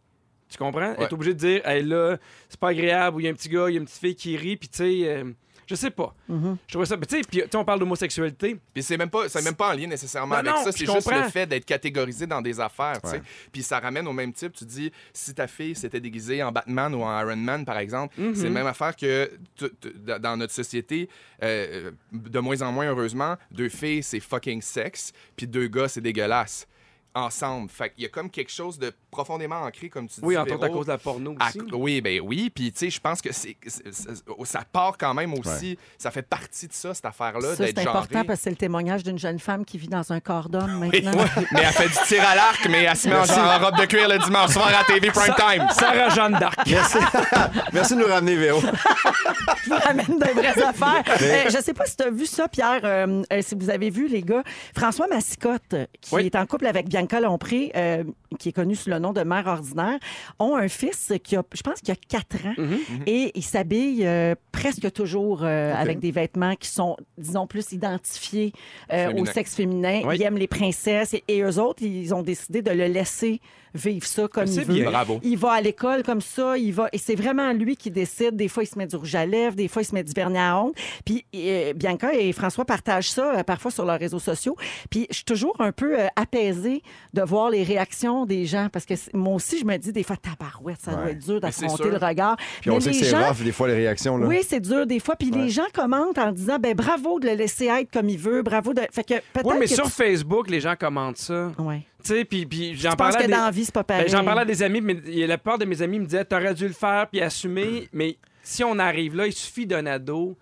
S4: Tu comprends?
S1: Ouais.
S4: Être obligé de dire, hey, là, c'est pas agréable, ou il y a un petit gars, il y a une petite fille qui rit, puis tu sais, euh, je sais pas.
S2: Mm-hmm.
S4: Je trouvais ça. Mais tu sais, puis, tu sais, on parle d'homosexualité.
S1: Puis c'est même pas, c'est même pas en lien nécessairement
S4: Non,
S1: avec
S4: non,
S1: ça. C'est
S4: je
S1: juste le
S4: comprends.
S1: fait d'être catégorisé dans des affaires, tu sais.
S3: Ouais.
S1: Puis ça ramène au même type. Tu dis, si ta fille s'était déguisée en Batman ou en Iron Man, par exemple,
S4: Mhm.
S1: c'est la même affaire que tu- tu- dans dans notre société, euh, de moins en moins heureusement, deux filles c'est fucking sexe, puis deux gars c'est dégueulasse ensemble. Fait qu'il y a comme quelque chose de profondément ancré, comme tu dis.
S4: Oui, entre autres à
S1: Véro,
S4: cause de la porno
S1: Oh. à-
S4: aussi.
S1: oui, ben oui. Puis, tu sais, je pense que c'est, c'est- c'est- ça part quand même aussi. Ça fait partie de ça, cette affaire-là,
S2: Ça,
S1: d'être
S2: c'est important
S1: genré.
S2: parce que c'est le témoignage d'une jeune femme qui vit dans un corps d'homme maintenant.
S1: mais elle fait du tir à l'arc, mais elle se met en, en robe de cuir le dimanche soir à TV Prime Time.
S4: Sarah Jeanne d'Arc.
S3: Merci. Merci de nous ramener, Véro.
S2: Je vous ramène de vraies affaires. Euh, je sais pas si tu as vu ça, Pierre, euh, euh, si vous avez vu, les gars. François Massicotte, euh, qui
S4: Oui.
S2: est en couple avec Bianca Lompré, euh, qui est connue sous le nom de mère ordinaire, ont un fils qui a, je pense, qu'il a 4 ans.
S4: Mhm.
S2: Et il s'habille euh, presque toujours euh, avec des vêtements qui sont, disons, plus identifiés euh,
S1: Féminin.
S2: au sexe féminin.
S4: Oui.
S2: Il aime les princesses. Et, et eux autres, ils ont décidé de le laisser vivre ça comme
S4: C'est
S2: il veut.
S4: bien.
S1: Bravo.
S2: Il va à l'école comme ça, il va et c'est vraiment lui qui décide. Des fois il se met du rouge à lèvres, des fois il se met du vernis à ongles. Puis euh, Bianca et François partagent ça euh, parfois sur leurs réseaux sociaux. Puis je suis toujours un peu euh, apaisée de voir les réactions des gens parce que c'est- moi aussi je me dis des fois tabarouette, ça doit être dur
S1: Mais c'est
S2: d'affronter
S1: sûr.
S2: le regard.
S3: Puis on
S2: Mais
S3: sait que
S2: les
S3: c'est
S2: gens-
S3: rough, des fois, les réactions. Là.
S2: oui, c'est dur des fois. Puis les gens commentent en disant ben bravo de le laisser être comme il veut, bravo de. Fait que peut-être
S4: Oui, mais
S2: que
S4: sur
S2: tu-
S4: Facebook, les gens commentent ça.
S2: Ouais.
S4: Tu sais, puis, puis
S2: Je
S4: j'en
S2: pense
S4: parlais. à
S2: que
S4: des-
S2: dans la vie c'est pas pareil.
S4: Ben, J'en parlais à des amis, mais il- la plupart de mes amis me disaient T'aurais dû le faire puis assumer, mais si on arrive là, il suffit d'un ado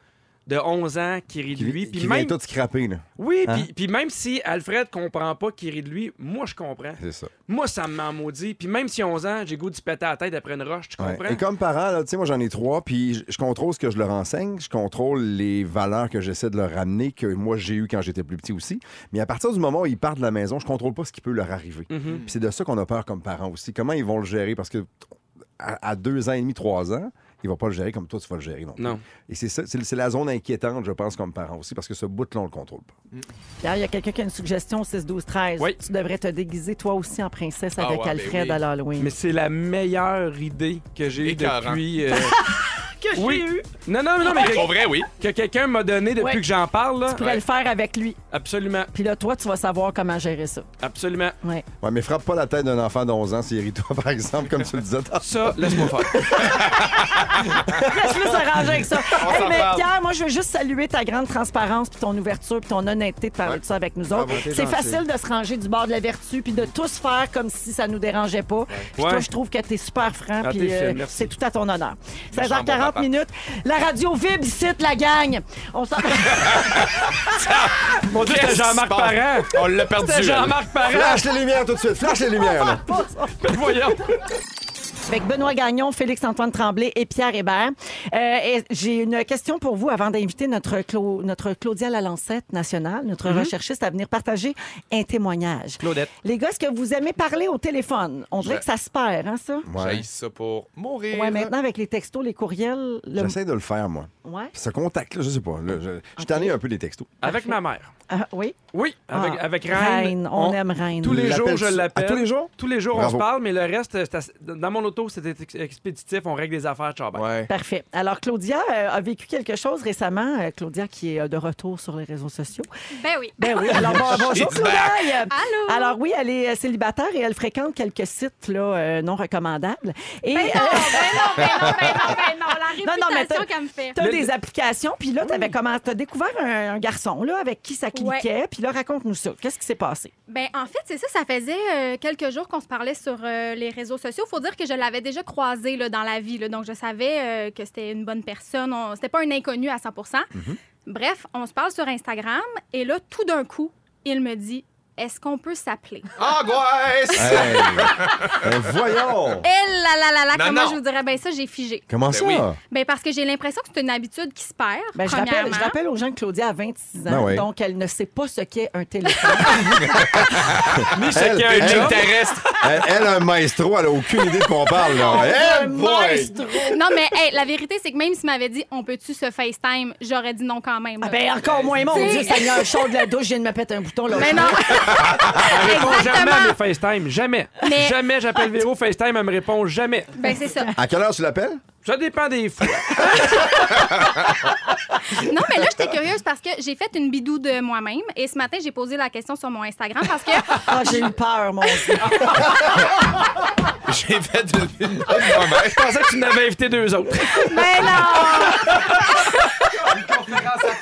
S4: de 11 ans qui rit de
S3: Qui,
S4: lui.
S3: qui
S4: Puis
S3: vient
S4: même,
S3: tout scraper, là.
S4: oui,
S3: Hein?
S4: puis, puis même si Alfred comprend pas qu'il rit de lui, moi je comprends.
S3: C'est ça.
S4: Moi ça me m'en maudit. Puis même si 11 ans, j'ai goût de se péter à la tête après une roche, tu
S3: Ouais.
S4: comprends?
S3: Et comme parent, là, tu sais, moi j'en ai trois, puis je, je contrôle ce que je leur enseigne, je contrôle les valeurs que j'essaie de leur ramener, que moi j'ai eu quand j'étais plus petit aussi. Mais à partir du moment où ils partent de la maison, je contrôle pas ce qui peut leur arriver.
S4: Mm. Mhm.
S3: Puis c'est de ça qu'on a peur comme parents aussi. Comment ils vont le gérer? Parce que à, à deux ans et demi, trois ans, ils vont pas le gérer comme toi, tu vas le gérer. Non. plus.
S4: Non.
S3: Et c'est ça, c'est c'est la zone inquiétante, je pense, comme parent aussi, parce que ce bout-là, on le contrôle pas.
S2: Pierre, il y a quelqu'un qui a une suggestion au 6 12 13.
S4: Oui.
S2: Tu devrais te déguiser toi aussi en princesse
S1: Ah
S2: avec
S1: ouais, ben
S2: Alfred
S1: oui.
S2: à l'Halloween.
S4: Mais c'est la meilleure idée que j'ai eue
S1: Écœurant.
S4: depuis. euh, oui. Non, non, non, mais
S1: Pour
S4: que,
S1: vrai, oui.
S4: que quelqu'un m'a donné depuis
S2: Ouais.
S4: que j'en parle, là.
S2: Tu pourrais le faire avec lui.
S4: Absolument,
S2: Puis là, toi, tu vas savoir comment gérer ça.
S4: absolument.
S2: Ouais.
S3: Ouais, mais frappe pas la tête d'un enfant d'11 ans s'il rit de toi, par exemple, comme tu le disais. tantôt.
S4: Ça, laisse-moi faire.
S2: Laisse-le s'arranger avec ça.
S1: On
S2: Hey,
S1: s'en
S2: mais
S1: parle.
S2: Pierre, moi, je veux juste saluer ta grande transparence, puis ton ouverture, puis ton honnêteté de parler
S3: Ouais.
S2: de ça avec nous
S3: Bravo,
S2: autres.
S3: t'es
S2: C'est
S3: gentil.
S2: facile de se ranger du bord de la vertu, puis de tous faire comme si ça nous dérangeait pas. Puis toi,
S4: Ouais.
S2: je trouve que t'es super franc,
S4: Ah,
S2: puis euh,
S4: t'es fine, merci.
S2: c'est tout à ton honneur.
S1: Méchant bon
S2: 16h40
S1: papa.
S2: minutes. La radio vibre ici, la gang. On s'en...
S4: Mon Dieu, c'était
S1: Qu'est-ce
S4: Jean-Marc
S1: qui se passe?
S4: Parent.
S1: On l'a perdu.
S4: C'était
S1: là.
S4: Jean-Marc Parent.
S3: Flash les lumières tout de suite, flash les lumières. là.
S4: Voyons.
S2: avec Benoît Gagnon, Félix-Antoine Tremblay et Pierre Hébert. Euh, et J'ai une question pour vous avant d'inviter notre, Clo- notre Claudia Lalancette nationale, notre
S4: Mhm.
S2: recherchiste, à venir partager un témoignage.
S4: Claudette.
S2: Les gars, est-ce que vous aimez parler au téléphone? On dirait
S1: Ouais.
S2: que ça se perd, hein, ça?
S1: J'haïs
S3: Ouais.
S1: ça pour mourir.
S2: Ouais, maintenant, avec les textos, les courriels, le...
S3: J'essaie de le faire, moi.
S2: Ouais.
S3: Ce contact-là, je sais pas. là, je je suis tanné un peu des textos.
S4: Avec ma mère.
S2: Ah, oui?
S4: Oui, avec,
S2: Ah,
S4: avec Reine.
S2: On, aime Reine.
S4: Tous les
S3: L'appelle-
S4: jours, je l'appelle.
S3: Ah, tous les jours?
S4: Tous les jours, on
S3: Bravo.
S4: se parle, mais le reste, c'est assez- dans mon auto, c'était ex- expéditif. On règle des affaires, ciao, bye.
S1: Ouais.
S2: Parfait. Alors, Claudia euh, a vécu quelque chose récemment. Euh, Claudia qui est euh, de retour sur les réseaux sociaux.
S6: Ben oui.
S2: Ben oui. Alors, bon- bonjour,
S1: It's
S2: Claudia.
S6: Allô?
S2: Alors, oui, elle est euh, célibataire et elle fréquente quelques sites là, euh, non recommandables. Et euh,
S6: Ben non, ben non, ben non, ben non, ben non. La
S2: Non, non, mais
S6: réputation
S2: t'as-
S6: qu'elle me fait.
S2: tu as des applications. Puis là, tu avais comment... t'as découvert un, un garçon là, avec qui ça cliquait. Puis là, raconte-nous ça. Qu'est-ce qui s'est passé?
S6: Ben, en fait, c'est ça, ça faisait euh, quelques jours qu'on se parlait sur euh, les réseaux sociaux. Faut dire que je l'avais déjà croisé là, dans la vie, là. donc je savais euh, que c'était une bonne personne. On- C'était pas un inconnu à 100
S1: Mhm.
S6: Bref, on se parle sur Instagram et là, tout d'un coup, il me dit Est-ce qu'on peut s'appeler
S1: Oh. Angoisse!
S3: Hey! Ben, voyons!
S6: Eh là là là là,
S1: Non,
S6: comment
S1: non.
S6: je vous dirais Ben, ça, j'ai figé.
S3: Comment
S1: Ben
S3: ça?
S1: oui.
S6: Ben, parce que j'ai l'impression que c'est une habitude qui se perd.
S2: Ben, je, rappelle,
S6: premièrement.
S2: je rappelle aux gens que Claudia a 26 ans,
S3: Ben oui.
S2: donc elle ne sait pas ce qu'est un téléphone.
S4: Ni
S3: Elle-
S4: chacun
S3: elle-
S4: un job.
S3: Elle, elle, un maestro, elle a aucune idée de quoi on parle. Là.
S2: Un
S3: Eh boy!
S2: maestro!
S6: Non, mais hey, la vérité, c'est que même s'il m'avait dit On peut-tu se FaceTime, j'aurais dit non quand même.
S2: Ah
S6: là.
S2: ben encore moins, mon
S6: T'sais-
S2: Dieu, Seigneur, chaud de la douche, je viens de me péter un bouton. Là,
S6: mais non,
S4: Elle répond jamais à
S6: Exactement.
S4: mes FaceTime. Jamais.
S6: Mais-
S4: Jamais j'appelle Véro FaceTime, elle me répond jamais.
S6: ben c'est ça.
S3: À quelle heure tu l'appelles?
S4: Ça dépend des fois.
S6: Non, mais là, j'étais curieuse parce que j'ai fait une bidou de moi-même et ce matin, j'ai posé la question sur mon Instagram parce que.
S2: Ah, j'ai eu peur, mon Dieu.
S1: J'ai fait de une bonne promesse.
S4: Je pensais que tu n'avais invité deux autres.
S6: Mais ben,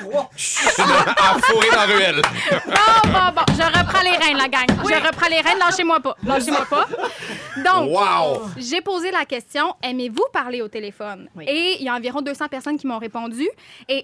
S6: non!
S1: Enfourré dans la ruelle.
S6: Bon, Ah, bon, bon, je reprends les rênes, la gang. Je reprends les rênes, lâchez-moi pas. Lâchez-moi pas. Donc,
S3: Wow!
S6: j'ai posé la question aimez-vous parler au téléphone? Et il y a environ 200 personnes qui m'ont répondu. Et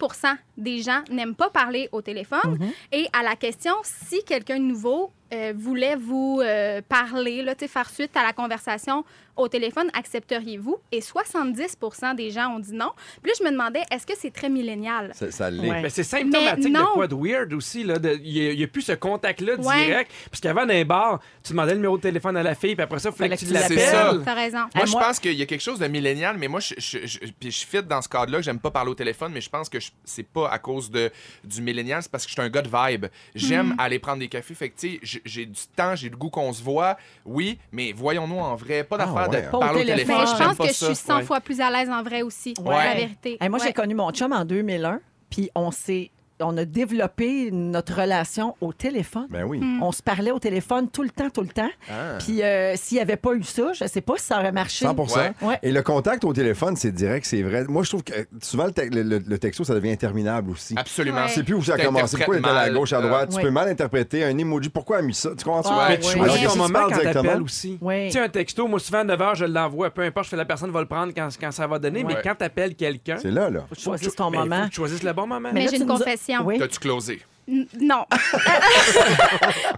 S6: 60 des gens n'aiment pas parler au téléphone. Et à la question si quelqu'un de nouveau euh, voulait vous euh, parler, là, tu sais, faire suite à la conversation au téléphone, accepteriez-vous? Et 70 des gens ont dit non. Puis là, je me demandais est-ce que c'est très millénial?
S3: Ça, ça l'est.
S2: Ouais.
S4: Mais c'est symptomatique
S6: Mais
S4: de
S6: non.
S4: quoi de weird aussi. là, de- Il n'y a, plus ce contact-là
S6: Ouais.
S4: direct. Parce qu'avant, dans les bars, tu demandais le numéro de téléphone à la fille, puis après ça, il fallait que tu
S2: Fallait que tu
S4: l'appelles.
S1: l'appelles.
S6: T'as raison.
S1: Moi,
S2: Ah,
S1: je
S2: moi-
S1: pense qu'il y a quelque chose de millénial, mais moi, je, je, je- puis je fit dans ce cadre-là. J'aime pas parler au téléphone, mais je pense que je- c'est pas à cause de, du millénial, c'est parce que je suis un gars de vibe. J'aime
S2: Mhm.
S1: aller prendre des cafés. Fait que, tu sais, j- j'ai du temps, j'ai le goût qu'on se voit, oui, mais voyons-nous en vrai. Pas d'affaire
S3: ouais,
S1: de
S3: hein.
S2: Pas au
S1: parler au
S2: téléphone.
S1: téléphone.
S6: Mais je
S2: J'aime
S6: pense
S1: pas
S6: que je
S1: ça.
S6: suis 100
S4: Ouais.
S6: fois plus à l'aise en vrai aussi.
S2: Ouais.
S6: La vérité.
S2: Hey, moi,
S6: Ouais.
S2: j'ai connu mon chum en 2001, puis on s'est... On a développé notre relation au téléphone.
S3: Ben oui.
S1: Hmm.
S2: On se parlait au téléphone tout le temps, tout le temps.
S1: Ah.
S2: Puis euh, s'il n'y avait pas eu ça, je ne sais pas si ça aurait marché.
S3: 100
S2: Ouais.
S3: Et le contact au téléphone, c'est direct, c'est vrai. Moi, je trouve que euh, souvent, le, te- le- le- le texto, ça devient interminable aussi.
S1: Absolument.
S6: Ouais.
S3: C'est plus où ça a
S1: Ah,
S3: commencé.
S1: T'interprètes
S3: Pourquoi il était à la
S1: mal,
S3: gauche, à
S1: euh,
S3: droite?
S2: ouais.
S3: Tu peux mal interpréter un emoji. Pourquoi elle a mis ça? Tu comprends? tu
S2: Ah,
S3: vois?
S2: ouais.
S4: Mais tu
S2: oui.
S3: Alors
S4: choisis
S3: que
S4: ton
S3: si tu
S4: moment
S3: parles
S4: quand t'appelles
S3: directement-
S4: aussi.
S2: Oui.
S4: Tu sais, un texto, moi, souvent, à 9 h, je l'envoie. Peu importe, je fais la personne va le prendre quand, quand ça va donner. Mais
S1: Ouais.
S4: quand t'appelles quelqu'un,
S3: C'est là, là.
S2: Faut que tu
S4: faut que tu-
S2: choisisses ton
S4: mais faut
S2: moment.
S4: que tu choisisses le bon moment.
S6: Mais
S2: là,
S6: j'ai
S2: tu
S6: une
S2: nous as-
S6: confession.
S2: Oui.
S1: T'as-tu closé?
S6: N- Non.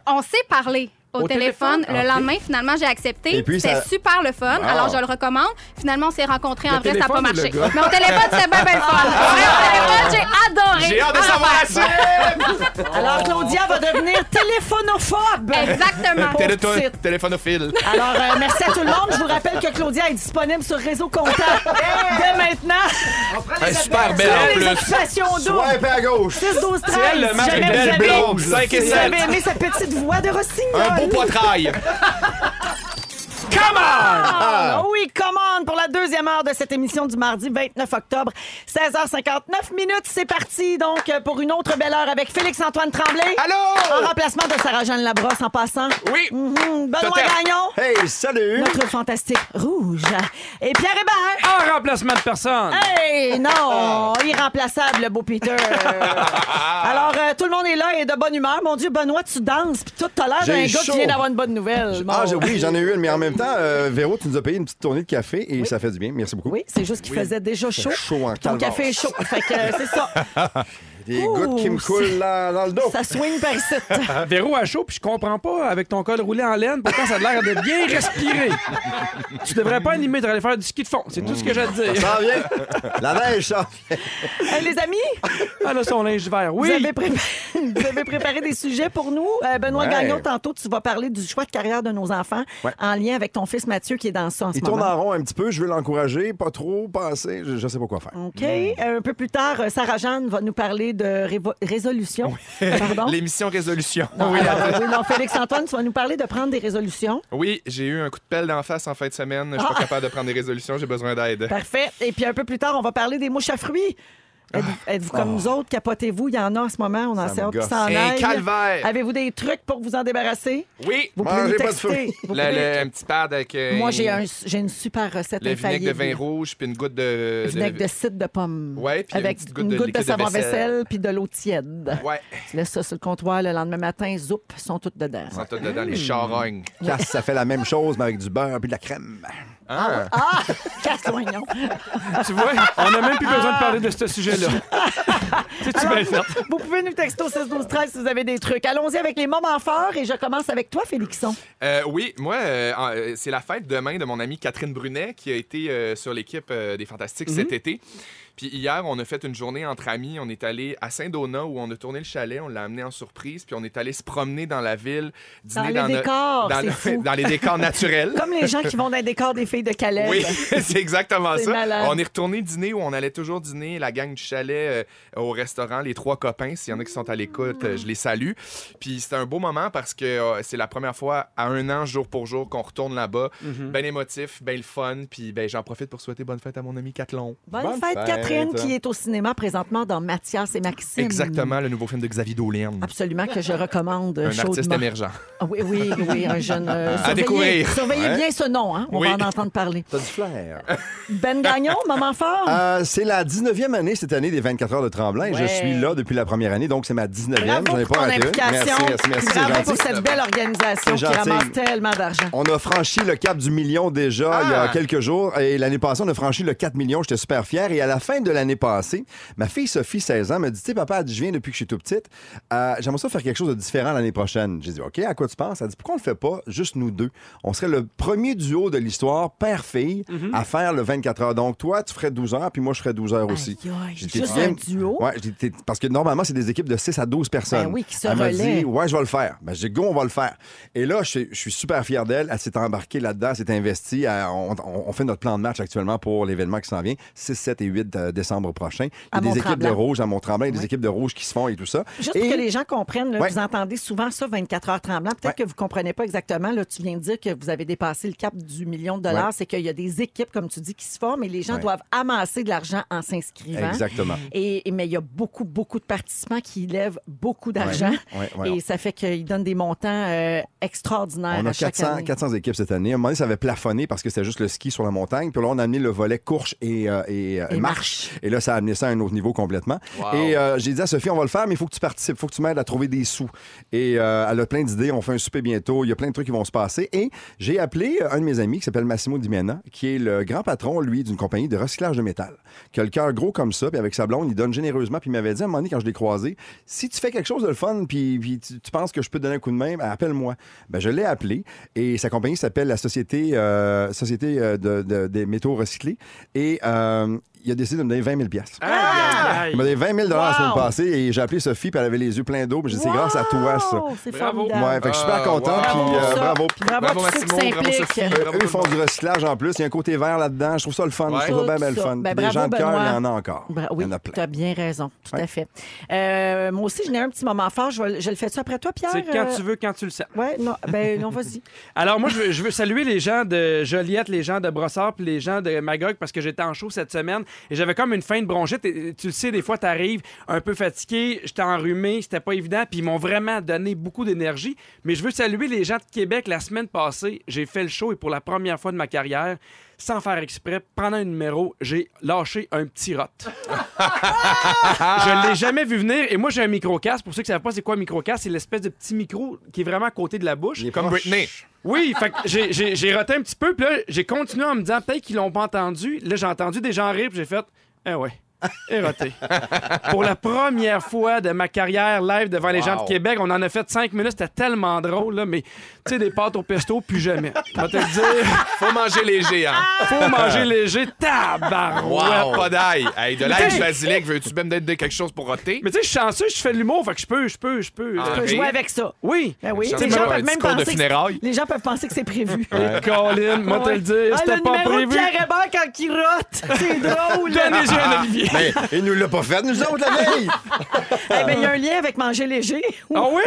S6: On s'est parlé au,
S4: Au
S6: téléphone.
S4: téléphone?
S6: Le lendemain, finalement, j'ai accepté.
S3: Et puis,
S6: C'était
S3: ça-
S6: super le fun.
S3: Wow.
S6: Alors, je le recommande. Finalement, on s'est rencontrés en
S4: Le
S6: vrai, ça n'a pas
S4: téléphone ou le
S6: marché.
S4: gars?
S6: Mais au téléphone, c'était bien, bien le fun. Ouais, au téléphone, j'ai adoré.
S1: J'ai hâte de
S6: Ah,
S1: savoir la suite!
S2: Alors, Claudia va devenir téléphonophobe.
S6: Exactement.
S2: T'es-
S1: Téléphone- Téléphonophile.
S2: Alors, euh, merci à tout le monde. Je vous rappelle que Claudia est disponible sur Réseau Contact dès maintenant. Ah,
S1: Un super belle
S2: Sur
S1: en
S2: les
S1: plus.
S2: occupations doubles.
S3: Swipe à gauche!
S2: 6, 12, 13.
S4: elle, le match
S2: Jamais
S4: est
S2: vous
S4: belle
S2: avez-
S4: blonde.
S1: Cinq et
S2: Vous
S1: sept.
S2: avez aimé cette petite voix de Rossignol.
S1: Un beau poitrail.
S2: Ah, Oui, commande pour la deuxième heure de cette émission du mardi 29 octobre, 16h59 minutes. C'est parti donc euh, pour une autre belle heure avec Félix-Antoine Tremblay. En
S1: Allô?
S2: remplacement de Sarah-Jeanne Labrosse en passant.
S1: Oui.
S2: Mhm. Benoît
S1: Totem.
S2: Gagnon,
S3: Hey, salut!
S2: notre fantastique rouge. Et Pierre Hébert.
S4: En remplacement de personne.
S2: Hey,
S3: Ah.
S2: non! Irremplaçable, le beau Peter. Alors, euh, tout le monde est là et de bonne humeur. Mon Dieu, Benoît, tu danses, puis tout t'as l'air
S3: J'ai
S2: d'un gars qui
S3: chaud.
S2: vient d'avoir une bonne nouvelle.
S3: Ah,
S2: Bon.
S3: j'ai- oui, j'en ai eu une, mais en même temps, euh, Véro, tu nous as payé une petite tournée de café et ça fait du bien. Merci beaucoup.
S2: Oui, c'est juste qu'il faisait déjà chaud.
S3: chaud en
S2: Puis Ton
S3: calvaire.
S2: café est chaud. Fait que euh, c'est ça.
S3: Des gouttes qui me
S2: Ouh,
S3: coulent là, dans le dos.
S2: Ça swing par ici.
S4: Euh, Véro à chaud, puis je comprends pas avec ton col roulé en laine, pourtant ça a l'air de bien respirer. tu devrais pas animer, tu devrais aller faire du ski de fond. C'est tout ce que j'ai à te dire.
S3: Ça vient. La neige, ça.
S2: Euh, les amis,
S4: Ah là, son linge vert. Oui.
S2: vous, avez prépa- vous avez préparé des sujets pour nous. Euh, Benoît
S3: Ouais.
S2: Gagnon, tantôt, tu vas parler du choix de carrière de nos enfants
S3: Ouais.
S2: en lien avec ton fils Mathieu qui est dans ça en ce
S3: Il tourne
S2: moment.
S3: en rond un petit peu. Je veux l'encourager. Pas trop, pas assez. Je, je sais pas quoi faire.
S2: OK. Euh, un peu plus tard, euh, Sarah-Jeanne va nous parler de révo- résolution. Pardon?
S1: L'émission Résolution.
S2: Non, alors, oui, non, Félix-Antoine, tu vas nous parler de prendre des résolutions.
S1: Oui, j'ai eu un coup de pelle d'en face en fin de semaine. Je suis
S2: Ah.
S1: pas capable de prendre des résolutions, j'ai besoin d'aide.
S2: Parfait. Et puis un peu plus tard, on va parler des mouches à fruits. Êtes-vous êtes-vous comme nous autres? Capotez-vous. Il y en a en ce moment. On en
S3: Ah. Ça
S2: sait
S3: me
S2: hâte qu'ils
S3: gosse.
S2: s'en
S1: Un
S2: aillent.
S1: calvaire.
S2: Avez-vous des trucs pour vous en débarrasser?
S1: Oui!
S2: Vous
S3: Mangez
S2: pouvez nous
S3: pas de
S2: texter. Vous
S1: Le-
S2: pouvez-
S1: le- un petit pad avec. euh,
S2: Moi, j'ai un- j'ai une super recette
S1: Le vinaigre de vin
S2: infaillible.
S1: rouge, puis une goutte de.
S2: Vinaigre de cidre de pomme.
S1: Ouais, puis
S2: avec
S1: une petite
S2: une
S1: goutte de
S2: goutte de
S1: liquide de
S2: savon-vaisselle puis de l'eau tiède.
S1: Ouais,
S2: Tu laisses ça sur le comptoir le lendemain matin, zoup, sont toutes dedans.
S1: sans tout dedans,
S2: Mmh.
S1: les charognes.
S2: Mm.
S3: Casse, ça fait la même chose, mais avec du beurre puis de la crème.
S1: Ah!
S2: Ah! Casse l'oignon.
S4: Tu vois, on n'a même plus besoin de parler de ce sujet-là. C'est-tu bien fait?
S2: Alors, vous pouvez nous texter au 6 12 13 si vous avez des trucs. Allons-y avec les moments forts et je commence avec toi, Félixon.
S1: Euh, oui, moi, euh, en- euh, c'est la fête demain de mon amie Catherine Brunet qui a été euh, sur l'équipe euh, des Fantastiques
S2: Mhm.
S1: cet été. Puis hier, on a fait une journée entre amis. On est allé à Saint-Donat où on a tourné le chalet, on l'a amené en surprise, puis on est allé se promener dans la ville,
S2: Dans
S1: dîner
S2: les
S1: dans, no-
S2: décors,
S1: dans
S2: c'est
S1: le-
S2: fou.
S1: dans les décors naturels.
S2: Comme les gens qui vont dans les décors des filles de Calais.
S1: Oui, c'est exactement
S2: C'est
S1: ça.
S2: malade.
S1: On est retourné dîner où on allait toujours dîner, la gang du chalet euh, au restaurant, les trois copains. S'il y en a qui sont à l'écoute, euh, je les salue. Puis c'était un beau moment parce que euh, c'est la première fois à un an, jour pour jour, qu'on retourne là-bas.
S2: Mhm.
S1: Ben émotif, ben le fun. Puis ben, j'en profite pour souhaiter bonne fête à mon ami Catlon.
S2: Bonne,
S3: Bonne
S2: fête,
S3: fête. hein.
S2: Catherine, qui est au cinéma présentement dans Mathias et Maxime.
S1: Exactement, le nouveau film de Xavier Dolan.
S2: Absolument, que je recommande
S1: Un
S2: chaudement.
S1: artiste émergent.
S2: Ah Oui, oui, oui, un jeune. euh, surveillez-
S1: découvrir.
S2: Surveillez
S3: Ouais.
S2: bien ce nom, hein, on
S1: Oui.
S2: va en entendre parler.
S3: T'as du flair.
S2: Ben Gagnon, moment fort.
S3: Euh, c'est la 19e année cette année des 24 heures de Tremblant et
S2: Ouais.
S3: je suis là depuis la première année, donc c'est ma 19e.
S2: Bravo
S3: J'en ai
S2: pour
S3: pas
S2: ton
S3: raté une.
S2: implication.
S3: Merci, merci, merci. c'est
S2: Bravo
S3: gentil.
S2: pour cette belle organisation
S3: C'est
S2: qui
S3: gentil.
S2: ramasse tellement d'argent.
S3: On a franchi le cap du million déjà il y a
S1: Ah!
S3: quelques jours. Et l'année passée, on a franchi le 4 millions. J'étais super fier. Et à la fin de l'année passée, ma fille Sophie, 16 ans, me dit Tu sais, papa, elle dit, je viens depuis que je suis tout petite. Euh, J'aimerais ça faire quelque chose de différent l'année prochaine. J'ai dit OK, à quoi tu penses Elle dit Pourquoi on le fait pas juste nous deux On serait le premier duo de l'histoire, père-fille,
S2: Mhm.
S3: à faire le 24 heures. Donc, toi, tu ferais 12 heures, puis moi, je ferais 12 heures aussi.
S2: Aïe, aïe,
S3: J'ai dit,
S2: juste
S3: T'es
S2: un
S3: game?
S2: duo.
S3: Ouais, j'ai dit, T'es- parce que normalement, c'est des équipes de 6 à 12 personnes.
S2: Oh. Ben oui, qui se
S3: Elle m'a
S2: relaient.
S3: dit, Ouais, je vais le faire. Ben, j'ai dit, go, on va le faire. Et là, je, suis- je suis super fier d'elle. Elle s'est embarquée là-dedans, elle s'est investie. Elle- on, on- on fait notre plan de match actuellement pour l'événement qui s'en vient, 6, 7 et 8 de- décembre prochain.
S2: À
S3: Il y a des équipes
S2: Mont-Tremblant.
S3: de rouge à Mont-Tremblant, il y a des équipes de rouge qui se font et tout ça.
S2: Juste
S3: et...
S2: pour que les gens comprennent, là,
S3: Ouais.
S2: vous entendez souvent ça, 24 heures tremblant. Peut-être que vous ne comprenez pas exactement. Là, tu viens de dire que vous avez dépassé le cap du million de dollars.
S3: Ouais.
S2: C'est qu'il y a des équipes, comme tu dis, qui se forment et les gens
S3: Ouais.
S2: doivent amasser de l'argent en s'inscrivant.
S3: Exactement.
S2: Et, et- mais il y a beaucoup, beaucoup de participants qui lèvent beaucoup d'argent.
S3: Ouais, ouais, ouais.
S2: Et ça fait qu'ils donnent des montants euh, extraordinaires
S3: On
S2: à
S3: a
S2: chaque
S3: 400,
S2: année.
S3: 400 équipes cette année. À un moment donné, ça avait plafonné parce que c'était juste le ski sur la montagne. Puis là, on a amené le volet course et, euh, et, euh,
S2: Et
S3: marche.
S2: marche.
S3: Et là, ça a amené ça à un autre niveau complètement. Et euh, j'ai dit à Sophie, on va le faire, mais il faut que tu participes. Il faut que tu m'aides à trouver des sous. Et euh, elle a plein d'idées. On fait un souper bientôt. Il y a plein de trucs qui vont se passer. Et j'ai appelé euh, un de mes amis qui s'appelle Massimo Di Mena, qui est le grand patron, lui, d'une compagnie de recyclage de métal. Qui a le cœur gros comme ça. Puis avec sa blonde, il donne généreusement. Puis il m'avait dit à un moment donné, quand je l'ai croisé, si tu fais quelque chose de le fun, puis, puis tu, tu penses que je peux te donner un coup de main, ben, appelle-moi. Ben, je l'ai appelé et sa compagnie s'appelle la Société, euh, Société euh, de- de- des métaux recyclés. Et euh, il a décidé de me donner 20 000 piastres.
S2: Ah!
S4: Aïe, aïe,
S3: Il m'a
S4: aïe.
S3: donné 20 000 la semaine
S2: Wow!
S3: passée et j'ai appelé Sophie, puis elle avait les yeux pleins d'eau. puis J'ai dit, c'est grâce à toi, ça.
S2: Wow, C'est
S4: Bravo.
S2: formidable.
S3: Ouais, fait que je suis super
S1: Ah,
S3: content,
S1: wow.
S3: puis euh,
S2: ça.
S3: bravo.
S2: Bravo,
S1: Bravo,
S2: à tous ceux qui
S1: Massimo, bravo,
S2: s'impliquent.
S1: Sophie.
S3: Euh,
S1: Bravo
S3: eux,
S1: tout
S3: ils
S1: le
S3: font
S1: monde.
S3: du recyclage en plus. Il y a un côté vert là-dedans. Je trouve ça le fun.
S1: Ouais.
S3: Je trouve ça bien,
S2: Tout
S3: bien le
S2: ça.
S3: fun.
S2: Ben,
S3: Puis des
S2: bravo,
S3: gens de cœur,
S2: Benoît.
S3: il y en a encore.
S2: Bra-
S3: Il y
S2: oui,
S3: en a
S2: tu as
S3: plein.
S2: bien raison, tout
S3: Ouais.
S2: à fait. Euh, moi aussi, je n'ai un petit moment fort. Je, vais- je le fais-tu après toi, Pierre?
S4: C'est quand tu veux, quand tu le sais.
S2: Oui, non, ben, non vas-y.
S4: Alors, moi, je veux, je veux saluer les gens de Joliette, les gens de Brossard, puis les gens de Magog, parce que j'étais en show cette semaine et j'avais comme une fin de bronchite. Et tu le sais, des fois, t'arrives un peu fatigué, j'étais enrhumé, c'était pas évident, puis ils m'ont vraiment donné beaucoup d'énergie. Mais je veux saluer les gens de Québec. La semaine passée, j'ai fait le show et pour la première fois de ma carrière, sans faire exprès, pendant un numéro, j'ai lâché un petit rot. Je l'ai jamais vu venir et moi, j'ai un micro-casque. Pour ceux qui savent pas c'est quoi un micro-casque, c'est l'espèce de petit micro qui est vraiment à côté de la bouche.
S3: Il est
S1: Comme
S3: proche.
S1: Britney.
S4: Oui, fait que j'ai- j'ai j'ai roté un petit peu, puis là, j'ai continué en me disant peut-être qu'ils l'ont pas entendu. Là, j'ai entendu des gens rire, puis j'ai fait Ah ouais. Éroté. Pour la première fois de ma carrière live devant les gens de Québec, on en a fait cinq minutes. C'était tellement drôle, là, mais tu sais, des pâtes au pesto, plus jamais. Je vais te le dire,
S1: Faut manger léger, hein?
S2: Ah,
S4: faut manger léger, tabarouette.
S1: Wow, pas d'ail. Hey, de l'ail du basilic, veux-tu même d'être de quelque chose pour roter?
S4: Mais tu sais, je suis chanceux, je fais de l'humour, fait que je peux, je peux, je peux.
S1: Ah,
S4: euh,
S2: Tu peux jouer avec ça.
S4: Oui.
S2: Ben oui.
S1: Ça,
S2: Les
S1: c'est
S2: gens,
S1: un
S2: peuvent même
S1: discours de
S2: penser que
S1: funérailles.
S2: les gens peuvent penser que c'est prévu.
S4: Colin, moi te le dire,
S2: Ah,
S4: c'était
S2: le
S4: pas
S2: numéro de
S4: prévu.
S2: Pierre Hébert quand il rote, c'est drôle.
S4: Donnez-y un Olivier.
S3: Mais il nous l'a pas fait, nous autres, la veille!
S2: Eh ben, il y a un lien avec manger léger.
S4: Ah oui?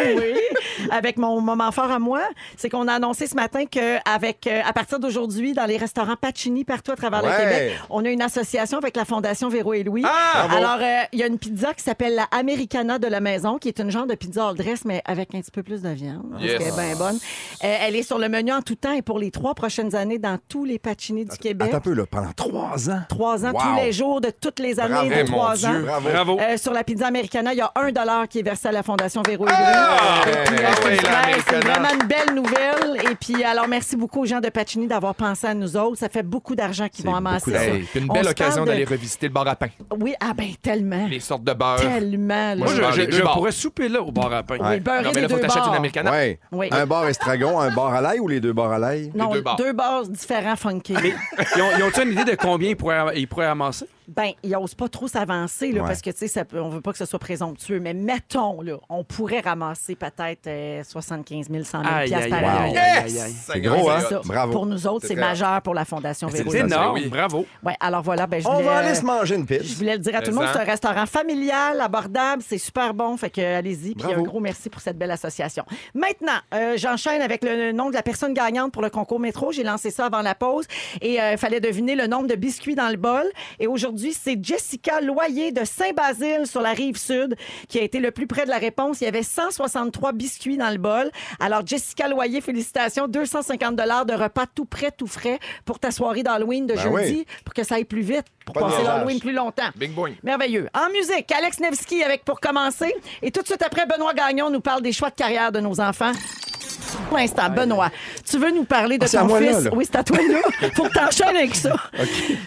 S2: Avec mon moment fort à moi, c'est qu'on a annoncé ce matin que avec euh, à partir d'aujourd'hui dans les restaurants Pacini partout à travers
S3: Ouais.
S2: le Québec, on a une association avec la Fondation Véro et Louis.
S1: Ah, bravo.
S2: Alors euh, il y a une pizza qui s'appelle la Americana de la maison qui est une genre de pizza all dress mais avec un petit peu plus de viande parce
S1: Yes.
S2: qu'elle est bien bonne. Euh, elle est sur le menu en tout temps et pour les trois prochaines années dans tous les Pacini du Québec.
S3: Attends un peu, là, pendant trois ans.
S2: Trois ans
S3: Wow.
S2: tous les jours de toutes les années
S3: Bravo,
S2: de
S1: mon
S2: trois
S1: Dieu.
S2: ans.
S3: Eh, Bravo.
S1: Oh.
S4: Bravo.
S1: Eh,
S2: Euh, sur la pizza Americana, il y a un dollar qui est versé à la Fondation Véro et Louis.
S1: Ah!
S2: Et puis,
S1: Ouais,
S2: euh, c'est
S1: ouais,
S2: vrai,
S1: la
S2: c'est
S1: Americana.
S2: vraiment une belle nouvelle. Et puis, alors, merci beaucoup aux gens de Pacini d'avoir pensé à nous autres. Ça fait beaucoup d'argent qu'ils vont amasser.
S3: d'argent.
S2: ça.
S1: Hey, puis une
S2: On
S1: belle
S2: se
S1: occasion
S2: parle de-
S1: d'aller revisiter le bar à pain.
S2: Oui, ah ben tellement.
S1: Les sortes de beurre.
S2: Tellement. là.
S1: Moi,
S4: Moi, je, je-
S1: les deux
S4: je
S1: bars.
S4: pourrais souper là au bar à pain.
S2: Oui, le beurre
S1: Non,
S2: et
S1: mais
S2: les
S1: là, faut
S2: deux
S1: t'acheter une
S2: bords.
S1: americana.
S3: Ouais.
S2: Oui.
S3: Un bar estragon, un bar à l'ail ou les deux bars à l'ail?
S2: Non,
S1: deux bords.
S2: deux bars différents funky.
S4: Ils ont- Ils ont-tu une idée de combien ils pourraient, ils pourraient amasser?
S2: Ben, ils n'osent pas trop s'avancer, là,
S3: Ouais.
S2: parce que, tu sais, ça peut- on veut pas que ce soit présomptueux, mais mettons, là, on pourrait ramasser peut-être euh, 75 000, 100 000 piastres par année.
S4: aïe, aïe, aïe.
S1: Yes!
S3: C'est gros, hein?
S2: C'est ça.
S3: Bravo.
S2: Pour nous autres, c'est
S1: très
S2: majeur pour la Fondation Véro.
S4: C'est énorme,
S1: Ben oui.
S4: bravo.
S2: Ouais, alors voilà, ben, je
S3: On
S2: voulais-
S3: va aller se manger une
S2: Je
S3: pizza.
S2: voulais le dire à tout le monde, c'est un restaurant familial, abordable, c'est super bon, fait que euh, allez-y. Puis
S3: Bravo.
S2: un gros merci pour cette belle association. Maintenant, euh, j'enchaîne avec le nom de la personne gagnante pour le concours métro. J'ai lancé ça avant la pause et euh, il fallait deviner le nombre de biscuits dans le bol. Et aujourd'hui, c'est Jessica Loyer de Saint-Basile sur la rive sud qui a été le plus près de la réponse. Il y avait 163 biscuits dans le bol. Alors Jessica Loyer, félicitations, 250 dollars de repas tout prêt, tout frais pour ta soirée d'Halloween de
S3: Ben
S2: jeudi
S3: oui.
S2: pour que ça aille plus vite, pour
S3: Pas de
S2: passer
S3: dommage.
S2: l'Halloween plus longtemps.
S1: Big boy.
S2: Merveilleux. En musique, Alex Nevsky avec Pour commencer. Et tout de suite après, Benoît Gagnon nous parle des choix de carrière de nos enfants. Pour l'instant, Benoît, tu veux nous parler de
S3: Ah, c'est à
S2: ton
S3: moi, là,
S2: fils.
S3: là.
S2: Oui, c'est à toi, là. Faut que t'enchaînes avec ça.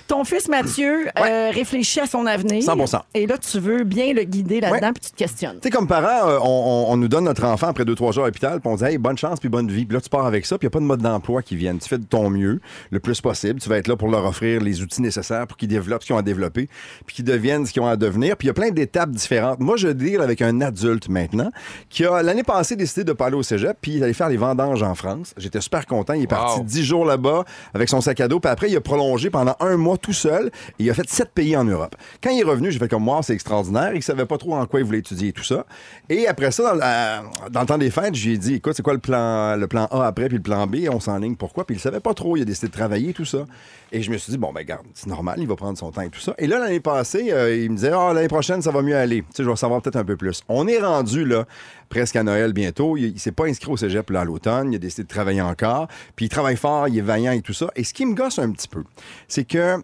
S2: Ton fils Mathieu euh, réfléchit à son avenir.
S3: 100%.
S2: Et là, tu veux bien le guider là-dedans,
S3: Ouais.
S2: puis tu te questionnes.
S3: Tu sais, comme parents, euh, on, on- on nous donne notre enfant après deux, trois jours à l'hôpital, puis on dit, hey, bonne chance, puis bonne vie. Puis là, tu pars avec ça, puis il n'y a pas de mode d'emploi qui vienne. Tu fais de ton mieux, le plus possible. Tu vas être là pour leur offrir les outils nécessaires pour qu'ils développent ce qu'ils ont à développer, puis qu'ils deviennent ce qu'ils ont à devenir. Puis il y a plein d'étapes différentes. Moi, je deal avec un adulte maintenant qui a, l'année passée, décidé de parler au cégep, puis il allait faire les vendanges en France. J'étais super content. Il est parti
S1: Wow.
S3: 10 jours là-bas avec son sac à dos. Puis après, il a prolongé pendant un mois tout seul. Et il a fait sept pays en Europe. Quand il est revenu, j'ai fait comme moi, c'est extraordinaire. Il savait pas trop en quoi il voulait étudier et tout ça. Et après ça, dans, la- dans le temps des fêtes, j'ai dit, écoute, c'est quoi le plan, le plan A après, puis le plan B, on s'enligne pourquoi. Puis il savait pas trop. Il a décidé de travailler tout ça. Et je me suis dit, bon, ben, garde, c'est normal, il va prendre son temps et tout ça. Et là, l'année passée, euh, il me disait, ah, l'année prochaine, ça va mieux aller. Tu sais, je vais savoir peut-être un peu plus. On est rendu, là, presque à Noël bientôt. Il, il s'est pas inscrit au cégep, là, à l'automne. Il a décidé de travailler encore. Puis il travaille fort, il est vaillant et tout ça. Et ce qui me gosse un petit peu, c'est que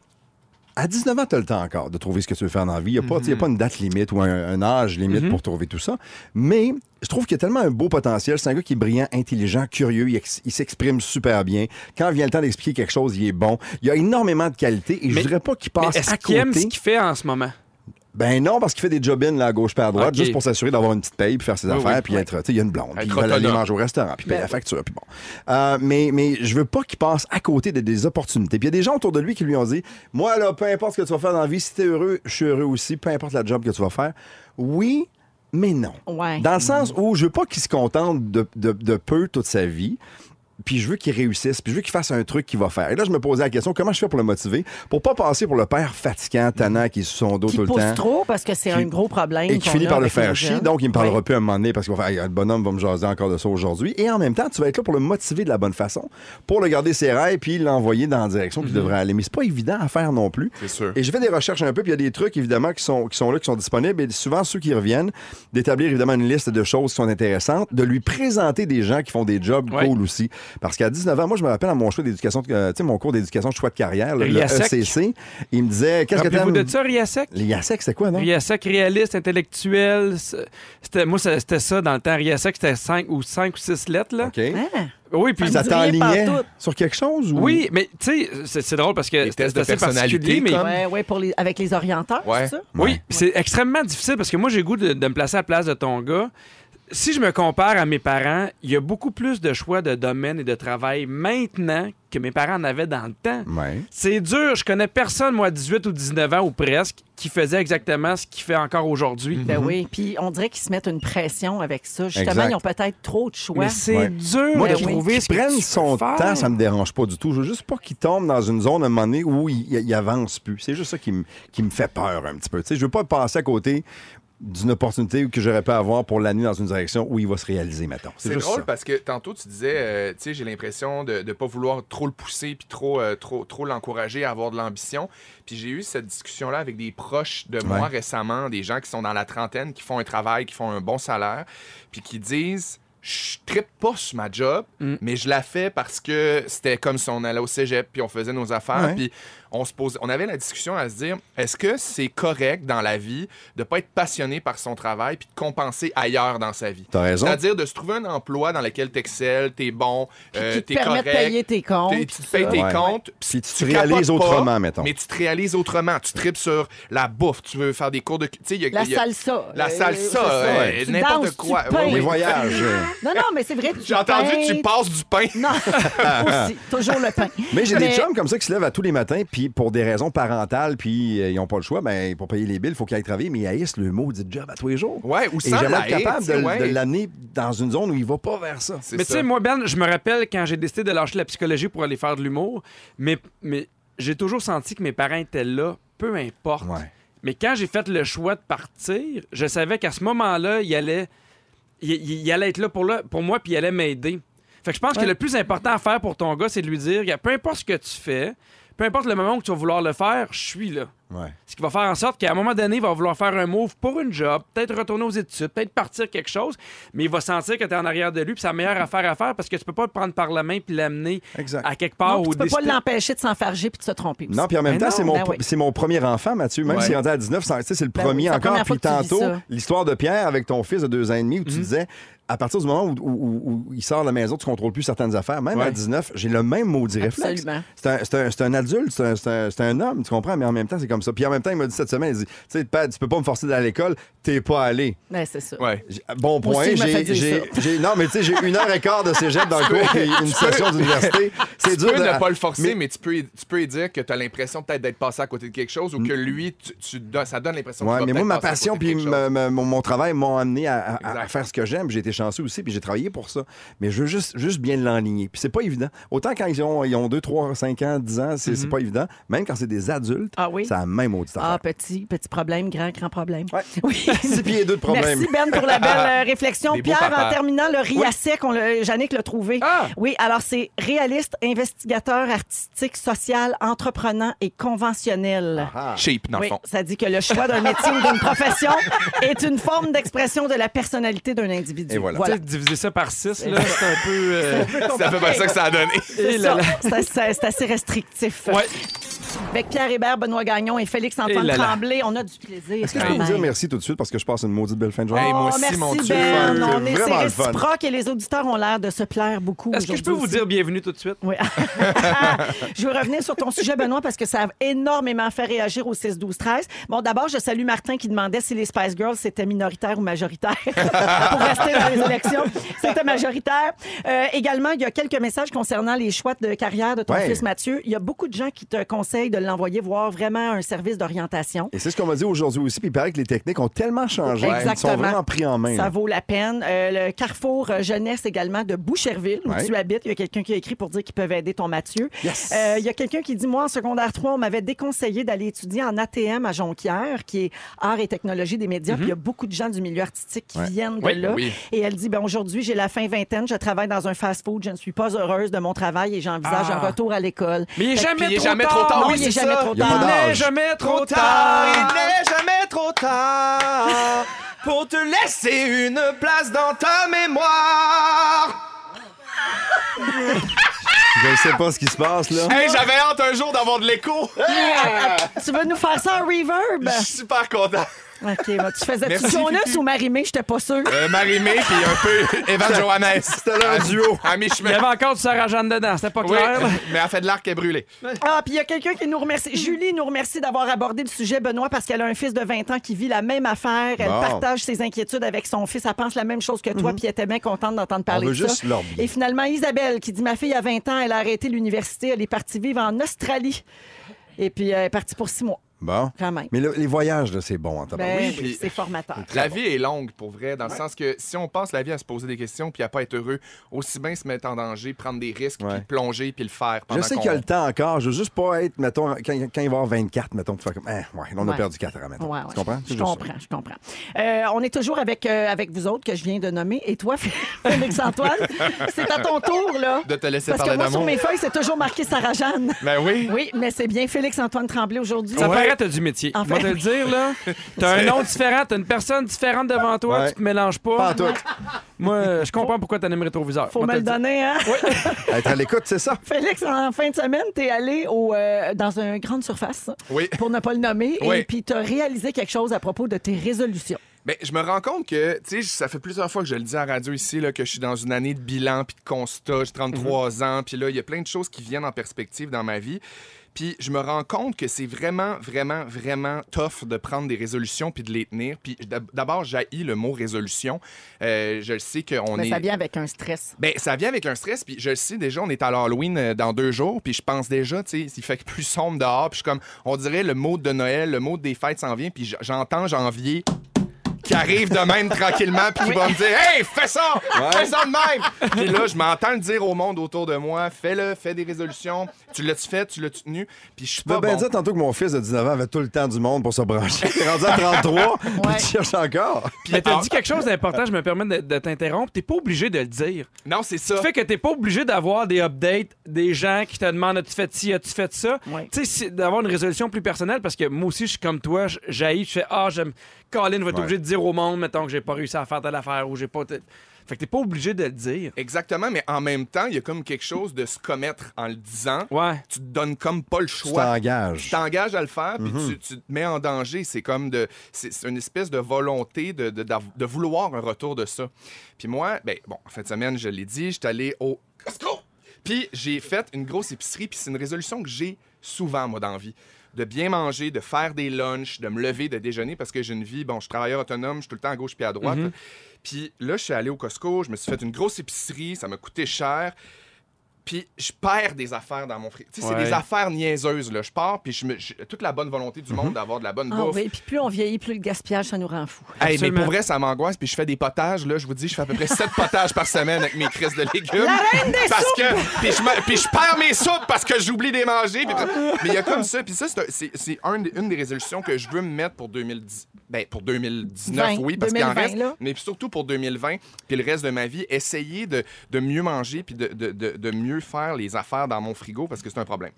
S3: à 19 ans, tu as le temps encore de trouver ce que tu veux faire dans la vie. Il n'y a, pas- tu sais, y a pas une date limite ou un, un âge
S4: Mhm.
S3: limite pour trouver tout ça. Mais je trouve qu'il y a tellement un beau potentiel. C'est un gars qui est brillant, intelligent, curieux. Il, ex- il s'exprime super bien. Quand vient le temps d'expliquer quelque chose, il est bon. Il y a énormément de qualités et je
S4: Mais-
S3: dirais pas qu'il
S4: Mais
S3: passe
S4: est-ce
S3: à
S4: qu'il aime ce
S3: côté.
S4: qu'il fait en ce moment?
S3: Ben non, parce qu'il fait des job-ins là, à gauche puis à droite,
S4: Ok.
S3: juste pour s'assurer d'avoir une petite paye, puis faire ses
S4: Oui,
S3: affaires,
S4: oui.
S3: puis être. Tu sais, il y a une blonde, puis
S1: Être
S3: il va aller
S1: autonome.
S3: manger au restaurant, puis payer
S2: Ben
S3: la
S2: oui.
S3: facture, puis bon. Euh, mais, mais je veux pas qu'il passe à côté de, des opportunités. Puis il y a des gens autour de lui qui lui ont dit Moi, là, peu importe ce que tu vas faire dans la vie, si t'es heureux, je suis heureux aussi, peu importe la job que tu vas faire. Oui, mais non.
S2: Ouais.
S3: Dans le sens où je veux pas qu'il se contente de, de- de peu toute sa vie. Puis je veux qu'il réussisse, puis je veux qu'il fasse un truc qu'il va faire. Et là, je me posais la question comment je fais pour le motiver, pour pas passer pour le père fatigant, tannant, qui est sur son dos
S2: Qui
S3: tout le temps.
S2: pousse trop parce que c'est
S3: Qui-
S2: un gros problème.
S3: Et qui
S2: qu'on
S3: finit
S2: a
S3: par le
S2: avec nos
S3: faire chier,
S2: jeunes.
S3: donc il me parlera
S2: Ouais.
S3: plus à un moment donné parce qu'on va faire, Ah, le bonhomme va me jaser encore de ça aujourd'hui. Et en même temps, tu vas être là pour le motiver de la bonne façon, pour le garder ses rails puis l'envoyer dans la direction
S4: Mhm.
S3: qu'il devrait aller. Mais c'est pas évident à faire non plus.
S1: C'est sûr.
S3: Et je fais des recherches un peu, puis il y a des trucs évidemment qui sont, qui sont là, qui sont disponibles. Et souvent, ceux qui reviennent, d'établir évidemment une liste de choses qui sont intéressantes, de lui présenter des gens qui font des jobs
S4: Ouais.
S3: cool aussi. Parce qu'à 19 ans, moi, je me rappelle à mon choix d'éducation, euh, tu sais, mon cours d'éducation de choix de carrière, le, le
S4: Riasec.
S3: ECC, il me disait Qu'est-ce que tu
S4: Rappelez-vous de ça, Riasek?
S3: c'est quoi, non?
S4: Riasek, réaliste, intellectuel. c'est- C'était, moi, ça- c'était ça dans le temps. Riasek, c'était 5 ou 5 ou 6 lettres. Là.
S3: OK. Ah,
S2: Hein?
S4: Oui, puis
S2: me
S3: Ça
S2: dit rien
S3: t'enlignait
S2: pantoute.
S3: sur quelque chose? Ou...
S4: oui, mais tu sais, c'est- c'est drôle parce que
S1: Les
S4: c'est
S1: tests de
S4: assez particulier,
S1: personnalité,
S4: mais
S1: comme.
S2: Ouais, ouais, pour les, avec les orienteurs,
S1: Ouais.
S2: c'est ça?
S4: Oui, puis c'est extrêmement difficile parce que moi, j'ai le goût de, de me placer à la place de ton gars. Si je me compare à mes parents, il y a beaucoup plus de choix de domaines et de travail maintenant que mes parents en avaient dans le temps.
S3: Ouais.
S4: C'est dur. Je connais personne, moi, à 18 ou 19 ans ou presque, qui faisait exactement ce qu'il fait encore aujourd'hui.
S3: Mm-hmm.
S2: Ben oui, puis on dirait qu'ils se mettent une pression avec ça. Justement,
S3: Exact.
S2: ils ont peut-être trop de choix.
S4: Mais c'est
S3: Ouais.
S4: dur
S3: Moi,
S4: de
S2: Ben
S3: qu'ils
S2: oui.
S4: trouver ce que
S3: prennent
S4: tu
S3: son
S4: veux faire.
S3: temps, ça me dérange pas du tout. Je veux juste pas qu'il tombe dans une zone à un moment donné où il, il avance plus. C'est juste ça qui me, qui me fait peur un petit peu. Tu sais, je veux pas passer à côté d'une opportunité que j'aurais pu avoir pour l'année dans une direction où il va se réaliser, maintenant.
S1: C'est drôle parce que tantôt tu disais, euh, tu sais, j'ai l'impression de ne pas vouloir trop le pousser puis trop, euh, trop, trop l'encourager à avoir de l'ambition. Puis j'ai eu cette discussion-là avec des proches de moi
S3: Ouais.
S1: récemment, des gens qui sont dans la trentaine, qui font un travail, qui font un bon salaire, puis qui disent. Je tripe pas sur ma job,
S3: Mm.
S1: mais je la fais parce que c'était comme si on allait au cégep, puis on faisait nos affaires,
S3: Ouais.
S1: puis on se posait, on avait la discussion à se dire, est-ce que c'est correct dans la vie de pas être passionné par son travail puis de compenser ailleurs dans sa vie?
S3: T'as raison.
S1: C'est-à-dire de se trouver un emploi dans lequel t'excelles, t'es bon, euh,
S2: qui te
S1: t'es
S2: permet
S1: correct.
S2: de payer tes comptes.
S1: t'es- Tu
S2: puis
S1: te payes
S2: ça.
S1: tes
S3: Ouais.
S1: comptes.
S3: Si tu te
S1: capotes
S3: réalises
S1: pas,
S3: autrement, mettons.
S1: Mais tu te réalises autrement. Tu tripes sur la bouffe. Tu veux faire des cours de. cu- Tu sais, il y a-
S2: La
S1: il y a-
S2: salsa.
S1: La
S2: Euh, c'est
S1: salsa.
S2: ça.
S1: euh,
S2: Tu danses,
S1: N'importe
S2: tu
S1: quoi.
S2: peins.
S1: Ouais,
S3: Les
S1: ouais.
S3: voyages. euh.
S2: Non, non, mais c'est vrai.
S1: J'ai entendu,
S2: que
S1: tu passes du pain.
S2: Non, aussi, toujours le pain.
S3: Mais j'ai des chums comme ça qui se lèvent à tous les matins, puis pour des raisons parentales, puis euh, ils n'ont pas le choix, ben, pour payer les billes, il faut qu'ils aillent travailler, mais ils haïssent le maudit job à tous les jours.
S1: Ouais, ou
S3: Et
S1: sans
S3: j'aimerais être
S1: la haie,
S3: capable de,
S1: tu sais, ouais.
S3: de l'amener dans une zone où il va pas vers ça.
S1: C'est
S4: Mais tu sais,
S1: ça.
S4: moi, Ben, je me rappelle quand j'ai décidé de lâcher la psychologie pour aller faire de l'humour, mais, mais j'ai toujours senti que mes parents étaient là, peu importe.
S3: Ouais.
S4: Mais quand j'ai fait le choix de partir, je savais qu'à ce moment-là, il allait, il, il- il allait être là pour, là pour moi, puis il allait m'aider. Fait que je pense que le plus important à faire pour ton gars, c'est de lui dire, Regarde, peu importe ce que tu fais, peu importe le moment où tu vas vouloir le faire, je suis là.
S3: Ouais.
S4: Ce qui va faire en sorte qu'à un moment donné, il va vouloir faire un move pour une job, peut-être retourner aux études, peut-être partir quelque chose, mais il va sentir que tu es en arrière de lui, puis c'est la meilleure affaire à faire parce que tu peux pas le prendre par la main puis l'amener
S3: Exact.
S4: à quelque
S2: Non,
S4: part
S2: puis
S4: ou
S2: tu peux pas
S4: décider-
S2: l'empêcher de s'enfarger puis de se tromper.
S3: Non, puis en même
S4: Mais
S3: temps,
S4: non,
S3: c'est mon,
S2: ben oui.
S3: c'est mon premier enfant, Mathieu. Même
S1: Ouais.
S3: s'il est rendu à 19, c'est tu sais, c'est le
S2: Ben oui,
S3: premier
S2: c'est la
S3: encore.
S2: première
S3: Puis
S2: fois que tu vis
S3: tantôt,
S2: ça.
S3: l'histoire de Pierre avec ton fils de deux ans et demi, où
S1: Mm.
S3: tu disais, à partir du moment où, où- où- où il sort de la maison, tu contrôles plus certaines affaires. Même à
S1: Ouais.
S3: 19, j'ai le même maudit réflexe.
S2: Absolument.
S3: C'est un, c'est un- c'est un adulte, c'est un, c'est un- c'est un homme, tu comprends? Mais en même temps, c'est comme ça. Puis en même temps, il m'a dit cette semaine, il dit, tu sais, Pat, tu peux pas me forcer d'aller à l'école, t'es pas allé.
S2: Ouais, Ben, c'est ça.
S1: Ouais.
S3: J'ai- ah,
S2: Moi
S3: Bon point.
S2: aussi, je me fais
S3: J'ai,
S2: dire
S3: j'ai,
S2: ça.
S3: j'ai- non, mais tu sais, j'ai une heure et quart de cégep dans le cours puis une session d'université. C'est
S1: tu
S3: dur
S1: peux
S3: de
S1: ne pas le forcer, mais, tu, peux, tu peux lui dire que tu as l'impression peut-être d'être passé à côté de quelque chose ou que lui, tu, tu donnes- ça donne l'impression
S3: Mm. Ouais,
S1: que tu vas
S3: mais moi,
S1: peut-être
S3: ma
S1: passer à
S3: passion
S1: côté de
S3: puis
S1: quelque
S3: ma-
S1: chose.
S3: ma- mon, mon travail m'ont amené à, à- à
S1: Exact.
S3: faire ce que j'aime. J'ai été chanceux aussi, puis j'ai travaillé pour ça. Mais je veux juste, juste bien l'enligner. Puis c'est pas évident. Autant quand ils ont, ils ont 2, 3, 5 ans, 10 ans,
S1: Mm-hmm.
S3: c'est c'est pas évident. Même quand c'est des adultes,
S2: Ah oui?
S3: c'est la même maudite
S2: Ah,
S3: affaire.
S2: petit, petit problème, grand, grand problème.
S1: Ah.
S3: Ouais.
S2: Oui.
S3: Six pieds et deux de problème.
S2: Merci, Ben, pour la belle euh, réflexion.
S1: Des beaux
S2: Pierre,
S1: papas.
S2: en terminant, le Riasec, on l'a- Yannick l'a trouvé.
S4: Ah!
S2: Oui, alors c'est réaliste, investigateur, artistique, social, entreprenant et conventionnel.
S3: Ah.
S1: Cheap, dans
S2: Oui,
S1: le fond.
S2: ça dit que le choix d'un métier ou d'une profession est une forme d'expression de la personnalité d'un individu.
S3: Et voilà.
S4: Tu sais, diviser ça par 6, là, c'est un peu... euh,
S1: C'est à peu près ça que ça a donné.
S2: C'est
S4: Et là
S2: ça.
S4: là.
S2: Ça, ça, c'est assez restrictif.
S4: Ouais.
S2: Avec Pierre Hébert, Benoît Gagnon et Félix-Antoine
S4: Et là là.
S2: Tremblay, on a du plaisir.
S3: Est-ce que je peux
S2: quand
S3: vous dire
S2: même.
S3: merci tout de suite parce que je passe une maudite belle fin de journée? Ah!
S1: Hey, moi
S2: Oh,
S1: aussi,
S2: merci
S1: mon Dieu.
S2: Ben.
S3: C'est
S2: On est, c'est
S3: vraiment le fun.
S2: réciproque et les auditeurs ont l'air de se plaire beaucoup.
S4: Est-ce que je peux vous
S2: aujourd'hui
S4: dire bienvenue tout de suite?
S2: Oui. je veux revenir sur ton sujet, Benoît, parce que ça a énormément fait réagir au 6-12-13. Bon, d'abord, je salue Martin qui demandait si les Spice Girls c'était minoritaire ou majoritaire pour rester dans les élections. C'était majoritaire. Euh, également, il y a quelques messages concernant les choix de carrière de ton
S3: Ouais.
S2: fils Mathieu. Il y a beaucoup de gens qui te conseillent de l'envoyer voir vraiment un service d'orientation.
S3: Et c'est ce qu'on m'a dit aujourd'hui aussi. Puis il paraît que les techniques ont tellement changé. Ils sont vraiment pris en main.
S2: Ça
S3: là.
S2: vaut la peine. Euh, le carrefour euh, jeunesse également de Boucherville, où
S3: Ouais.
S2: tu habites. Il y a quelqu'un qui a écrit pour dire qu'ils peuvent aider ton Mathieu.
S3: Yes.
S2: Euh, il y a quelqu'un qui dit Moi, en secondaire 3, on m'avait déconseillé d'aller étudier en ATM à Jonquière, qui est Arts et technologie des médias. Puis il y a beaucoup de gens du milieu artistique qui
S3: Ouais.
S2: viennent de
S4: Oui,
S2: là.
S1: oui.
S2: Et elle dit ben, Aujourd'hui, j'ai la fin vingtaine, je travaille dans un fast-food, je ne suis pas heureuse de mon travail et j'envisage
S4: Ah.
S2: un retour à l'école.
S4: Mais il est
S2: Fait que-
S4: jamais,
S1: il est
S4: trop,
S1: jamais
S4: tard.
S1: trop tard,
S2: Non,
S1: oui,
S2: il est
S1: c'est
S2: jamais
S1: ça.
S2: trop
S3: Il y a pas
S2: tard.
S3: d'âge.
S4: Il
S3: Ah,
S4: n'est
S3: je-
S4: jamais trop
S1: tard, il
S4: tard.
S1: n'est jamais trop tard pour te laisser une place dans ta mémoire.
S3: Je ne sais pas ce qui se passe là.
S1: Hey, j'avais hâte un jour d'avoir de l'écho.
S2: Ah! Tu veux nous faire ça en reverb?
S1: Je suis super content.
S2: OK, bah, tu faisais
S1: Merci,
S2: tu Jonas
S1: Fifi.
S2: ou Marimé, j'étais pas sûre.
S1: Euh, Marie-Mé, puis un peu Evan Johannes. C'était
S3: là un duo.
S1: À
S4: Il y
S1: mi-chemin.
S4: avait encore du Sarah Jeanne dedans, c'était pas
S1: Oui,
S4: clair. là.
S1: mais elle fait de l'arc et brûlée.
S2: Ah, puis il y a quelqu'un qui nous remercie. Julie nous remercie d'avoir abordé le sujet, Benoît, parce qu'elle a un fils de 20 ans qui vit la même affaire. Elle
S3: Bon. Mhm.
S2: partage ses inquiétudes avec son fils. Elle pense la même chose que toi, puis elle était bien contente d'entendre parler
S3: On veut
S2: de
S3: juste
S2: ça.
S3: leur bien.
S2: Et finalement, Isabelle qui dit Ma fille a 20 ans, elle a arrêté l'université, elle est partie vivre en Australie. Et puis elle est partie pour six mois,
S3: Bon.
S2: quand même.
S3: Mais le- les voyages, là, c'est bon en tabarouette.
S2: Ben,
S1: oui, puis-
S2: c'est formateur.
S1: La vie est longue pour vrai, dans le sens que si on passe la vie à se poser des questions puis à pas être heureux, aussi bien se mettre en danger, prendre des risques,
S3: Ouais.
S1: puis plonger, puis le faire.
S3: Je
S1: pendant
S3: sais
S1: qu'on-
S3: qu'il y a le temps encore. Je veux juste pas être, mettons, quand, quand il va avoir 24, mettons, pour faire comme, eh, ouais, là, on a
S2: Ouais.
S3: perdu 4 ans, mettons.
S2: Ouais, ouais.
S3: tu comprends?
S2: Je
S3: C'est juste ça.
S2: comprends, je comprends. Euh, on est toujours avec, euh, avec vous autres que je viens de nommer. Et toi, Félix-Antoine, c'est à ton tour, là.
S1: De te laisser
S2: Parce que
S1: parler
S2: moi, sur
S1: d'amour.
S2: mes feuilles, c'est toujours marqué Sarah-Jeanne.
S1: Ben oui.
S2: Oui, mais c'est bien Félix-Antoine Tremblay aujourd'hui.
S4: Ça
S1: Ouais.
S4: paraît, t'as du métier.
S2: En
S4: On va
S2: fait,
S4: te le
S2: oui.
S4: dire, là. T'as un nom différent, t'as une personne différente devant toi,
S3: Ouais.
S4: tu te mélanges pas.
S3: Pas en tout.
S4: Moi, euh, je comprends pourquoi t'as le rétroviseur.
S2: Faut
S4: Moi,
S2: me
S4: te
S2: le
S4: dire.
S2: donner, hein?
S3: Être à l'écoute, c'est ça.
S2: Félix, en fin de semaine, t'es allé au, euh, dans une grande surface,
S1: Oui.
S2: pour ne pas le nommer, et
S1: Oui.
S2: puis t'as réalisé quelque chose à propos de tes résolutions.
S1: Mais je me rends compte que, tu sais, ça fait plusieurs fois que je le dis à la radio ici, là, que je suis dans une année de bilan puis de constat. J'ai 33 ans, puis là, il y a plein de choses qui viennent en perspective dans ma vie. Puis je me rends compte que c'est vraiment, vraiment, vraiment tough de prendre des résolutions puis de les tenir. Puis d'ab- d'abord, j'haïs le mot résolution. Euh, je le sais qu'on
S2: mais
S1: est...
S2: Ben, ça vient avec un stress.
S1: Ben, ça vient avec un stress, puis je le sais déjà, on est à l'Halloween euh, dans deux jours, puis je pense déjà, tu sais, il fait plus sombre dehors, puis je suis comme, on dirait le mot de Noël, le mot des fêtes s'en vient, puis j- j'entends janvier qui arrive de même tranquillement, puis qui va me dire, hey, fais ça, fais ça de même. Puis là, je m'entends le dire au monde autour de moi, fais-le, fais des résolutions, tu l'as-tu fait, tu l'as-tu tenu, puis je suis
S3: Je peux
S1: pas
S3: bien
S1: bon.
S3: dire tantôt que mon fils de 19 ans avait tout le temps du monde pour se brancher. Il est rendu à 33, puis il cherche encore.
S4: Mais t'as
S1: Ah.
S4: dit quelque chose d'important, je me permets de, de t'interrompre. T'es pas obligé de le dire.
S1: Non, c'est ça.
S4: Ça fait que t'es pas obligé d'avoir des updates des gens qui te demandent as-tu fait ci, as-tu fait ça.
S2: Ouais.
S4: Tu sais, c'est d'avoir une résolution plus personnelle parce que moi aussi, je suis comme toi, je- j'haïs, je fais Ah, j'aime. Colin va être
S3: Ouais.
S4: obligé de dire au monde, mettons, que j'ai pas réussi à faire telle affaire ou j'ai pas. t- Fait que t'es pas obligé de le dire.
S1: Exactement, mais en même temps, il y a comme quelque chose de se commettre en le disant.
S4: Ouais.
S1: Tu te donnes comme pas le
S3: Tu
S1: choix. tu
S3: t'engages.
S1: t'engages à le faire, puis tu, tu te mets en danger. C'est comme de, c'est c'est une espèce de volonté de, de- d'av- de vouloir un retour de ça. Puis moi, ben, bon, en fin de semaine, je l'ai dit, j'étais allé au Costco. Puis j'ai fait une grosse épicerie, puis c'est une résolution que j'ai souvent, moi, dans la vie. De bien manger, de faire des lunchs, de me lever, de déjeuner, parce que j'ai une vie, bon, je suis travailleur autonome, je suis tout le temps à gauche puis à droite. Puis là, je suis allé au Costco, je me suis fait une grosse épicerie, ça m'a coûté cher. Puis je perds des affaires dans mon frigo. Tu sais, c'est
S4: Ouais.
S1: des affaires niaiseuses, là. Je pars, puis je me- j'ai toute la bonne volonté du monde d'avoir de la bonne
S2: Ah
S1: bouffe.
S2: oui, puis plus on vieillit, plus le gaspillage, ça nous rend fous.
S1: Hey, mais
S4: Absolument.
S1: pour vrai, ça m'angoisse, puis je fais des potages, là. Je vous dis, je fais à peu près 7 potages par semaine avec mes crises de légumes.
S2: La reine des
S1: parce que, puis, je me- puis je perds mes soupes parce que j'oublie de les manger. puis- mais il y a comme ça, puis ça, c'est un- c'est c'est un des- une des résolutions que je veux me mettre pour 2010. Ben, pour 2019,
S2: Vingt,
S1: oui, parce qu'il en
S2: 2020,
S1: reste.
S2: là.
S1: Mais surtout pour 2020, puis le reste de ma vie, essayer de, de mieux manger, puis de, de- de- de mieux faire les affaires dans mon frigo, parce que c'est un problème.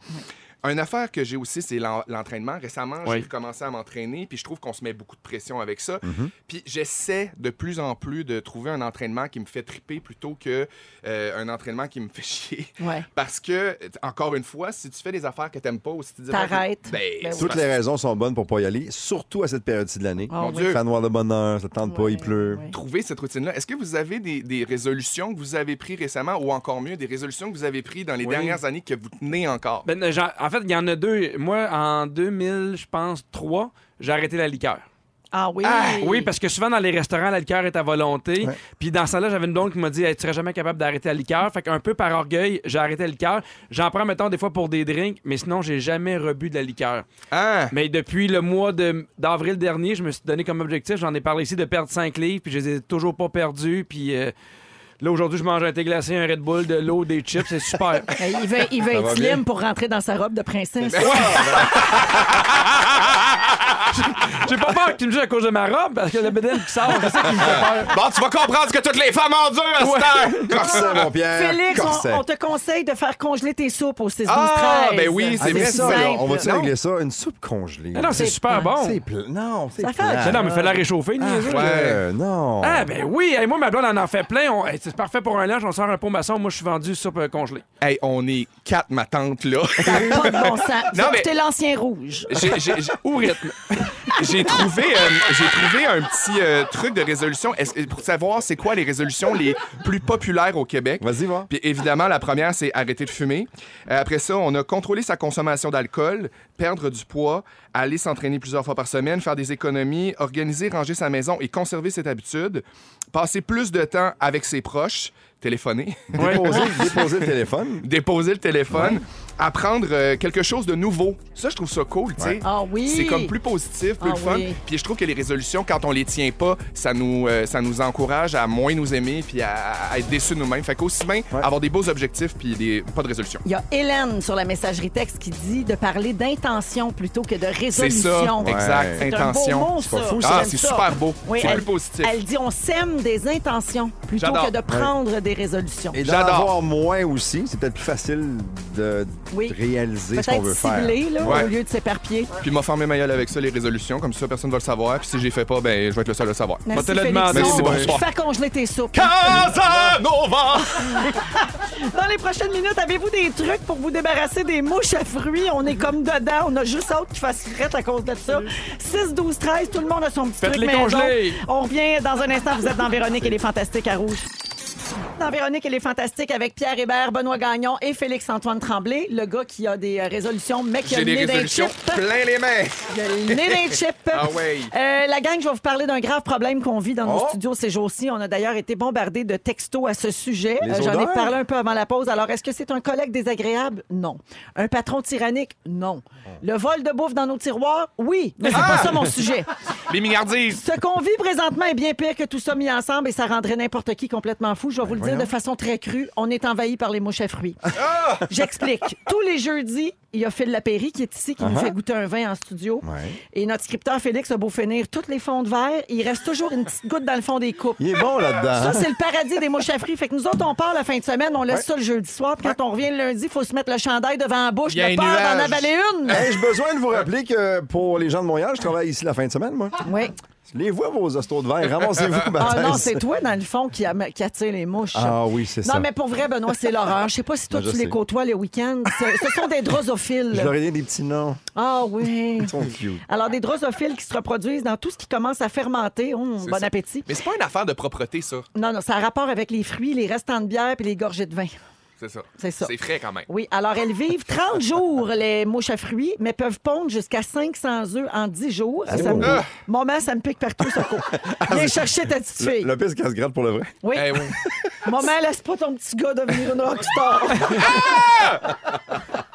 S1: Une affaire que j'ai aussi, c'est l'en- l'entraînement. Récemment,
S4: Oui.
S1: j'ai commencé à m'entraîner, puis je trouve qu'on se met beaucoup de pression avec ça.
S2: Mm-hmm.
S1: Puis j'essaie de plus en plus de trouver un entraînement qui me fait triper plutôt que euh, un entraînement qui me fait chier.
S2: Ouais.
S1: Parce que, t- encore une fois, si tu fais des affaires que t'aimes pas ou si tu dis...
S2: T'arrêtes.
S1: Ben,
S2: Ben
S1: c'est
S2: oui.
S3: Toutes les raisons sont bonnes pour pas y aller, surtout à cette période-ci de l'année.
S2: Ah
S1: Mon
S2: oui.
S1: Dieu.
S3: Fan noir de bonheur, ça te tente pas, il
S2: Ouais,
S3: pleut.
S2: ouais.
S1: trouver cette routine-là. Est-ce que vous avez des, des résolutions que vous avez prises récemment ou encore mieux, des résolutions que vous avez prises dans les
S4: Oui.
S1: dernières années que vous tenez encore?
S4: Ben, euh, j'en- en fait, il y en a deux. Moi, en 2000, je pense, 3, j'ai arrêté la liqueur.
S2: Ah oui.
S4: Oui, parce que souvent dans les restaurants, la liqueur est à volonté.
S3: Ouais.
S4: Puis dans ça là j'avais une blonde qui m'a dit Hey, Tu serais jamais capable d'arrêter la liqueur. Fait qu'un peu par orgueil, j'ai arrêté la liqueur. J'en prends, mettons, des fois pour des drinks, mais sinon, j'ai jamais rebu de la liqueur.
S1: Ah!
S4: Mais depuis le mois de- d'avril dernier, je me suis donné comme objectif, j'en ai parlé ici, de perdre 5 livres, puis je les ai toujours pas perdus. Puis euh, là, aujourd'hui, je mange un thé glacé, un Red Bull, de l'eau, des chips, c'est super.
S2: Hey, Ben, Il veut, il veut
S3: va
S2: être
S3: bien?
S2: slim pour rentrer dans sa robe de princesse.
S4: j'ai pas peur que tu me dises à cause de ma robe, parce que le bédel qui sort, c'est ça qui me fait peur.
S1: Bon, tu vas comprendre ce que toutes les femmes ont dur à
S4: Ouais.
S1: cette heure!
S3: Corset, mon
S1: Euh,
S3: Pierre.
S2: Félix,
S3: corset.
S2: on, on te conseille de faire congeler tes soupes au 6 12
S1: Ah, ben oui,
S3: Ah,
S1: c'est
S3: mais
S1: vrai,
S3: ça,
S1: simple.
S3: là, on va-tu
S1: Non.
S3: régler ça? Une soupe congelée.
S4: Ah non, c'est super bon.
S3: C'est pla- Non, c'est
S2: Ça fait
S3: plat.
S2: un
S4: Mais non, mais fallait la réchauffer, niaiseux.
S3: Euh, non.
S4: Ah ben oui, hey, moi ma blonde en a fait plein, On- hey, c'est parfait pour un linge, on sort un pot maçon, moi je suis vendu soupe euh, congelée.
S1: Hey, on est quatre, ma tante, là.
S2: Ça n'a pas de bon sens.
S1: Non,
S2: Faut
S1: mais-
S2: écouter l'ancien rouge.
S1: J'ai- j'ai- j'ai-
S4: Au rythme.
S1: j'ai trouvé, euh, j'ai trouvé un petit euh, truc de résolution Est-ce- pour savoir c'est quoi les résolutions les plus populaires au Québec.
S3: Vas-y, va.
S1: Puis évidemment, la première, c'est arrêter de fumer. Euh, après ça, on a contrôlé sa consommation d'alcool, perdre du poids, aller s'entraîner plusieurs fois par semaine, faire des économies, organiser, ranger sa maison et conserver cette habitude, passer plus de temps avec ses proches, téléphoner,
S3: Déposer, déposer le téléphone.
S1: déposer le téléphone, apprendre euh, quelque chose de nouveau. Ça, je trouve ça cool, tu sais.
S2: Ah oui!
S1: C'est comme plus positif, plus
S2: Ah
S1: le fun.
S2: oui.
S1: Puis je trouve que les résolutions, quand on les tient pas, ça nous, euh, ça nous encourage à moins nous aimer puis à, à être déçus de nous-mêmes. Fait qu'aussi bien
S3: Ouais.
S1: avoir des beaux objectifs puis des, pas de résolution.
S2: Il y a Hélène sur la messagerie texte qui dit de parler d'intention plutôt que de
S1: C'est ça,
S2: résolution.
S1: exact.
S2: C'est un beau
S1: Intention.
S2: mot, ça.
S3: pas fou,
S1: Ah,
S2: J'aime
S1: c'est
S2: ça.
S1: super beau.
S2: Oui,
S1: c'est
S2: elle-
S1: plus positif.
S2: Elle dit on sème des intentions plutôt
S1: J'adore.
S2: que de prendre des résolutions.
S3: Et d'en
S1: J'adore.
S3: avoir moins aussi, c'est peut-être plus facile de
S2: Oui.
S3: de réaliser ce qu'on
S2: Peut-être
S3: veut faire.
S2: cibler là,
S1: Ouais.
S2: au lieu de s'éparpiller.
S1: Puis m'a formé ma gueule avec ça, les résolutions. Comme ça, personne va le savoir. Puis si j'ai fait pas, ben, je vais être le seul à le savoir.
S2: Merci,
S4: te le demander,
S2: Félixon.
S1: Merci, bonsoir.
S2: Faire congeler tes soupes.
S1: Casanova!
S2: Dans les prochaines minutes, avez-vous des trucs pour vous débarrasser des mouches à fruits? On est comme dedans. On a juste hâte qu'il fasse frette à cause de ça. 6, 12, 13, tout le monde a son petit truc
S4: Faites-les
S2: maison.
S4: congeler.
S2: On revient dans un instant. Vous êtes dans Véronique et les Fantastiques à Rouge. Dans Véronique et les Fantastiques avec Pierre Hébert, Benoît Gagnon et Félix-Antoine Tremblay, le gars qui a des euh, résolutions, mais qui a
S1: J'ai
S2: le
S1: des
S2: nez d'un
S1: résolutions
S2: chip.
S1: plein les mains.
S2: Il a le nez d'un chip.
S1: Ah ouais.
S2: Euh, la gang, je vais vous parler d'un grave problème qu'on vit dans nos
S3: Oh.
S2: studios ces jours-ci. On a d'ailleurs été bombardés de textos à ce sujet.
S3: Les
S2: Euh, J'en ai
S3: odeurs?
S2: parlé un peu avant la pause. Alors, est-ce que c'est un collègue désagréable? Non. Un patron tyrannique? Non.
S3: Oh.
S2: Le vol de bouffe dans nos tiroirs? Oui. Mais c'est
S3: Ah!
S2: pas ça mon sujet.
S1: Les mignardises.
S2: Ce qu'on vit présentement est bien pire que tout ça mis ensemble et ça rendrait n'importe qui complètement fou. Je
S3: Ben
S2: vais vous le dire de façon très crue, on est envahi par les mouches à fruits.
S3: Ah!
S2: J'explique. Tous les jeudis, il y a Phil Lapéry qui est ici, qui nous fait goûter un vin en studio.
S3: Uh-huh. Ouais.
S2: Et notre scripteur Félix a beau finir toutes les fonds de verre, il reste toujours une petite goutte dans le fond des coupes.
S3: Il est bon là-dedans.
S2: Ça,
S3: hein?
S2: c'est le paradis des mouches à fruits. Fait que nous autres, on part la fin de semaine, on laisse ça le jeudi soir. Puis quand on revient le lundi, il faut se mettre le chandail devant la bouche
S1: Il y a
S2: de
S1: un
S2: peur d'en
S1: nuage. Hein?
S2: avaler une.
S3: Hey, J'ai besoin de vous rappeler que pour les gens de Montréal, je travaille ici la fin de semaine, moi.
S2: Oui.
S3: Les vois vos hostos de verre, ramassez-vous,
S2: Ah
S3: Baptiste.
S2: non, c'est toi, dans le fond, qui, am- qui attire les mouches.
S3: Ah oui, c'est ça.
S2: Non, mais pour vrai, Benoît, c'est l'horreur. Je sais pas si toi,
S1: Ben,
S3: Non, je
S2: tu les
S3: sais.
S2: côtoies le week-end. Ce, ce sont des
S3: Je
S2: drosophiles.
S3: leur ai donné des petits noms.
S2: Ah oui.
S3: Ils sont cute.
S2: Alors, des drosophiles qui se reproduisent dans tout ce qui commence à fermenter. Hum, bon
S1: ça.
S2: appétit.
S1: Mais c'est pas une affaire de propreté, ça.
S2: Non, non, ça a rapport avec les fruits, les restants de bière puis les gorgées de vin.
S1: C'est ça.
S2: C'est ça.
S1: C'est frais quand même.
S2: Oui, alors elles vivent 30 jours, les mouches à fruits, mais peuvent pondre jusqu'à 500 œufs en 10 jours. Ça
S3: beau.
S2: me-
S1: Ah!
S2: Maman, ça me pique partout, Soco. Viens chercher ta petite fille.
S3: Le pire, qu'elle se gratte pour le vrai.
S2: Oui.
S1: Eh oui.
S2: Maman, laisse pas ton petit gars devenir une rockstar.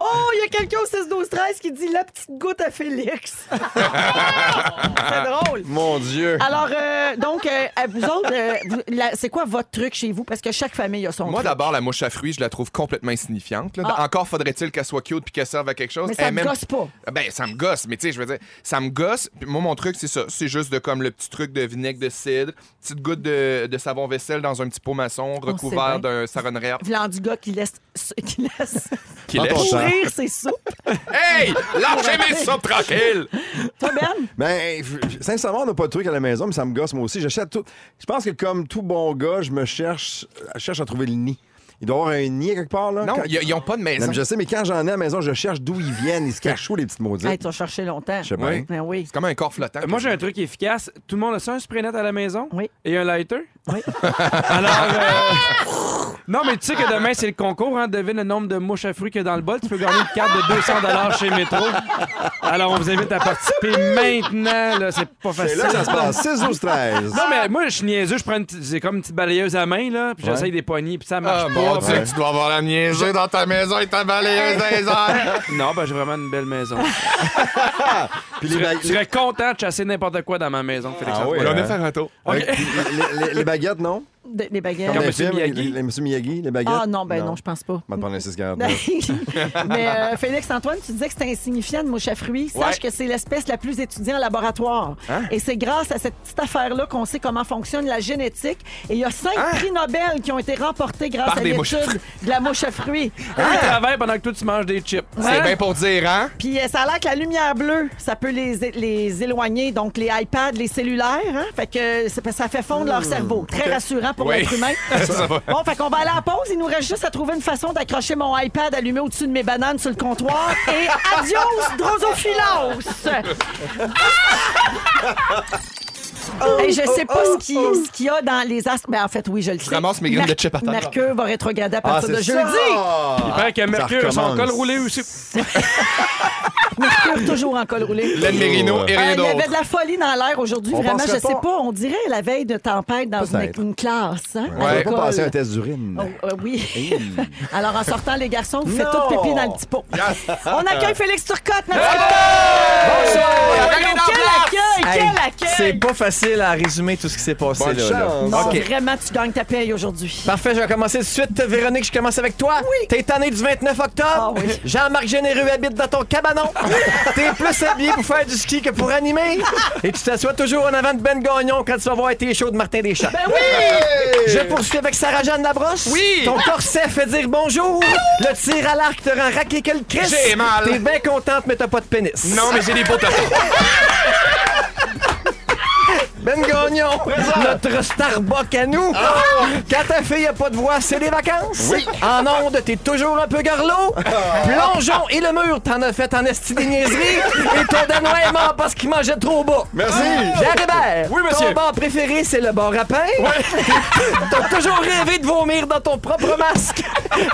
S2: oh, il y a quelqu'un au 6 12 13 qui dit la petite goutte à Félix. C'est drôle.
S3: Mon Dieu.
S2: Alors, euh, donc, euh, à vous autres, euh, vous- la- c'est quoi votre truc chez vous? Parce que chaque famille a son
S1: Moi,
S2: truc.
S1: d'abord, la mouche à fruits, je la trouve complètement insignifiante. là.
S2: Ah.
S1: Encore faudrait-il qu'elle soit cute puis qu'elle serve à quelque chose.
S2: Mais ça
S1: Elle
S2: me
S1: même-
S2: gosse pas.
S1: Ben, ça me gosse, mais tu sais, je veux dire, ça me gosse. Puis moi, mon truc, c'est ça. C'est juste de comme le petit truc de vinaigre de cidre, petite goutte de, de savon vaisselle dans un petit pot maçon recouvert
S2: Oh, c'est
S1: d'un saron rare.
S2: V'là du gars qui laisse, qui laisse
S1: Qui
S3: Dans ton
S1: lèche.
S3: champ.
S2: pourrir ses soupes.
S1: Hey! Lâchez mes soupes tranquilles!
S2: Toi, Ben?
S3: Ben, f- sincèrement, on n'a pas de truc à la maison, mais ça me gosse moi aussi. J'achète tout. Je pense que comme tout bon gars, je me cherche, je cherche à trouver le nid. Il doit y avoir un nid à quelque part, là.
S1: Non,
S3: Quand-
S1: y a- ils ont pas de
S3: Non,
S1: maison.
S3: mais je sais, mais quand j'en ai à la maison, je cherche d'où ils viennent. Ils se cachent où, les petites maudites?
S2: Hey, tu as cherché longtemps.
S3: Je sais pas.
S1: Oui.
S2: Ben oui.
S1: C'est comme un corps flottant.
S4: Euh, Moi, j'ai un truc efficace. Tout le monde a ça, un spray net à la maison?
S2: Oui.
S4: Et un lighter?
S2: Oui.
S4: Alors. euh, Non, mais tu sais que demain, c'est le concours. Hein? Devine le nombre de mouches à fruits qu'il y a dans le bol. Tu peux gagner une carte de 200 chez Métro. Alors, on vous invite à participer maintenant. là. C'est pas
S3: C'est
S4: facile.
S3: là que ça se passe. 6 12 13.
S4: Non, mais moi, je suis niaiseux. Je prends une petite- j'ai comme une petite balayeuse à main, là, puis j'essaye
S3: Ouais.
S4: des poignées, puis ça marche
S1: Ah, mon
S4: pas.
S1: Dieu,
S4: puis-
S1: tu dois avoir la niaisée dans ta maison et ta balayeuse dans les airs.
S4: Non, ben, j'ai vraiment une belle maison.
S3: Puis
S4: Je
S3: les,
S4: serais-
S3: baguettes.
S4: je serais content de chasser n'importe quoi dans ma maison, Félix.
S3: Ah oui,
S1: On en
S3: hein?
S1: est faire un tour.
S3: Ouais, puis les, les- les baguettes, non?
S2: De- des baguettes.
S3: Comme
S4: Comme
S3: les
S4: Monsieur
S3: films, les-
S4: Miyagi.
S3: les- Monsieur Miyagi, les baguettes.
S2: Ah non, ben non, je pense pas.
S3: On va te prendre un 649.
S2: Mais euh, Félix-Antoine, tu disais que c'était insignifiant de mouche à fruits. Sache
S1: Ouais. Hein?
S2: que c'est l'espèce la plus étudiée en laboratoire. Et c'est grâce à cette petite affaire-là qu'on sait comment fonctionne la génétique. Et il y a cinq prix Nobel qui ont été remportés grâce
S1: Hein? Par
S2: à
S1: des mouches à Hein?
S2: l'étude de la mouche à fruits.
S4: Eux, ils travaillent pendant que toi, tu manges des chips.
S1: C'est
S4: Hein?
S1: bien pour dire, hein?
S2: Puis euh, ça a l'air que la lumière bleue, ça peut les, les éloigner, donc les iPads, les cellulaires. hein. Fait que ça, ça fait fondre leur cerveau. Très rassurant
S1: Hmm,
S2: pour
S1: Oui.
S2: l'être humain. bon, fait qu'on va aller à la pause. Il nous reste juste à trouver une façon d'accrocher mon iPad allumé au-dessus de mes bananes sur le comptoir. Et adios, drosophilos!
S1: Oh,
S2: Et je sais pas ce qui- ce qu'il y a dans les astres. Mais en fait, oui, je le sais.
S1: ramasses mes graines de
S2: Merc-
S1: chip à terre. Ah,
S2: Mercure va rétrograder à partir de
S3: Ah, c'est
S2: jeudi. Ah,
S3: Ah. ça!
S4: Il paraît que Mercure, son
S3: recommence.
S4: col roulé aussi.
S2: Mercure toujours en col roulé.
S1: Len Merino et
S2: Ah,
S1: rien
S2: il y
S1: d'autre.
S2: avait de la folie dans l'air aujourd'hui.
S3: On
S2: Vraiment, je
S3: penserait
S2: sais
S3: pas-
S2: pas. On dirait la veille de tempête dans une,
S3: Peut-être.
S2: une classe. hein, à
S3: On va
S1: Ouais.
S3: pas
S2: l'école.
S3: passer un test d'urine.
S2: Oh, euh, oui. Alors, en sortant, les garçons, vous faites tout pipi dans le petit pot. On accueille Félix Turcotte, notre Bonsoir!
S1: Accueil dans
S2: Quel accueil!
S7: Hey,
S2: Quel
S7: C'est
S2: accueil!
S7: pas facile à résumer tout ce qui s'est passé
S3: Bonne
S7: là, là.
S3: chance.
S2: Non,
S7: OK.
S2: Vraiment, tu gagnes ta paye aujourd'hui.
S7: Parfait, je vais commencer tout de suite. Véronique, je commence avec toi.
S2: Oui.
S7: T'es tanné du 29 octobre.
S2: Ah oui.
S7: Jean-Marc Généreux habite dans ton cabanon. T'es plus habillé pour faire du ski que pour animer. Et tu t'assois toujours en avant de Ben Gagnon quand tu vas voir tes shows de Martin Deschamps. Ben oui! Je poursuis avec Sarah-Jeanne Labrosse.
S4: Oui.
S7: Ton corset fait dire bonjour. Le tir à l'arc te rend raqué que le Christ.
S1: J'ai mal.
S7: T'es bien contente, mais t'as pas de pénis.
S1: Non, mais j'ai des potes
S7: Ben Gagnon, notre Starbucks à nous.
S4: Ah.
S7: Quand ta fille a pas de voix, c'est les vacances. En onde, t'es toujours un peu garlot.
S4: Ah.
S7: Plongeon et le mur, t'en as fait en esti des niaiseries. Et ton Danois est mort parce qu'il mangeait trop bas.
S3: Merci.
S7: Pierre Hébert,
S4: Oui, monsieur.
S7: ton bar préféré, c'est le bar à pain. T'as toujours rêvé de vomir dans ton propre masque.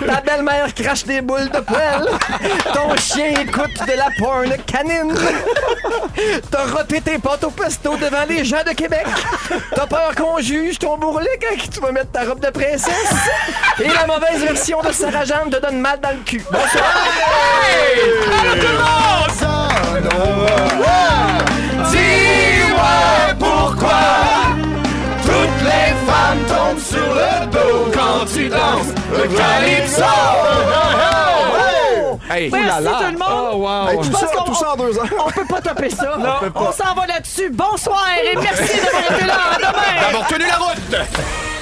S7: Ta belle-mère crache des boules de poêle. Ton chien écoute de la porn canine. T'as roté tes pâtes au pesto devant les gens de Québec. T'as peur qu'on juge ton bourrelet quand tu vas mettre ta robe de princesse. Et la mauvaise version de Sarah Jeanne te donne mal dans le cul. Bonsoir.
S1: Dis-moi pourquoi toutes les femmes tombent sur le dos quand tu danses le calypso. Hey,
S2: Merci tout le monde.
S4: Oh, wow.
S3: Hey, tout,
S2: pense
S3: ça,
S2: qu'on-
S3: tout ça en deux heures.
S2: On peut pas taper ça.
S3: peut pas.
S2: On s'en va là-dessus. Bonsoir et merci d'avoir été là. À demain.
S1: d'avoir tenu la route.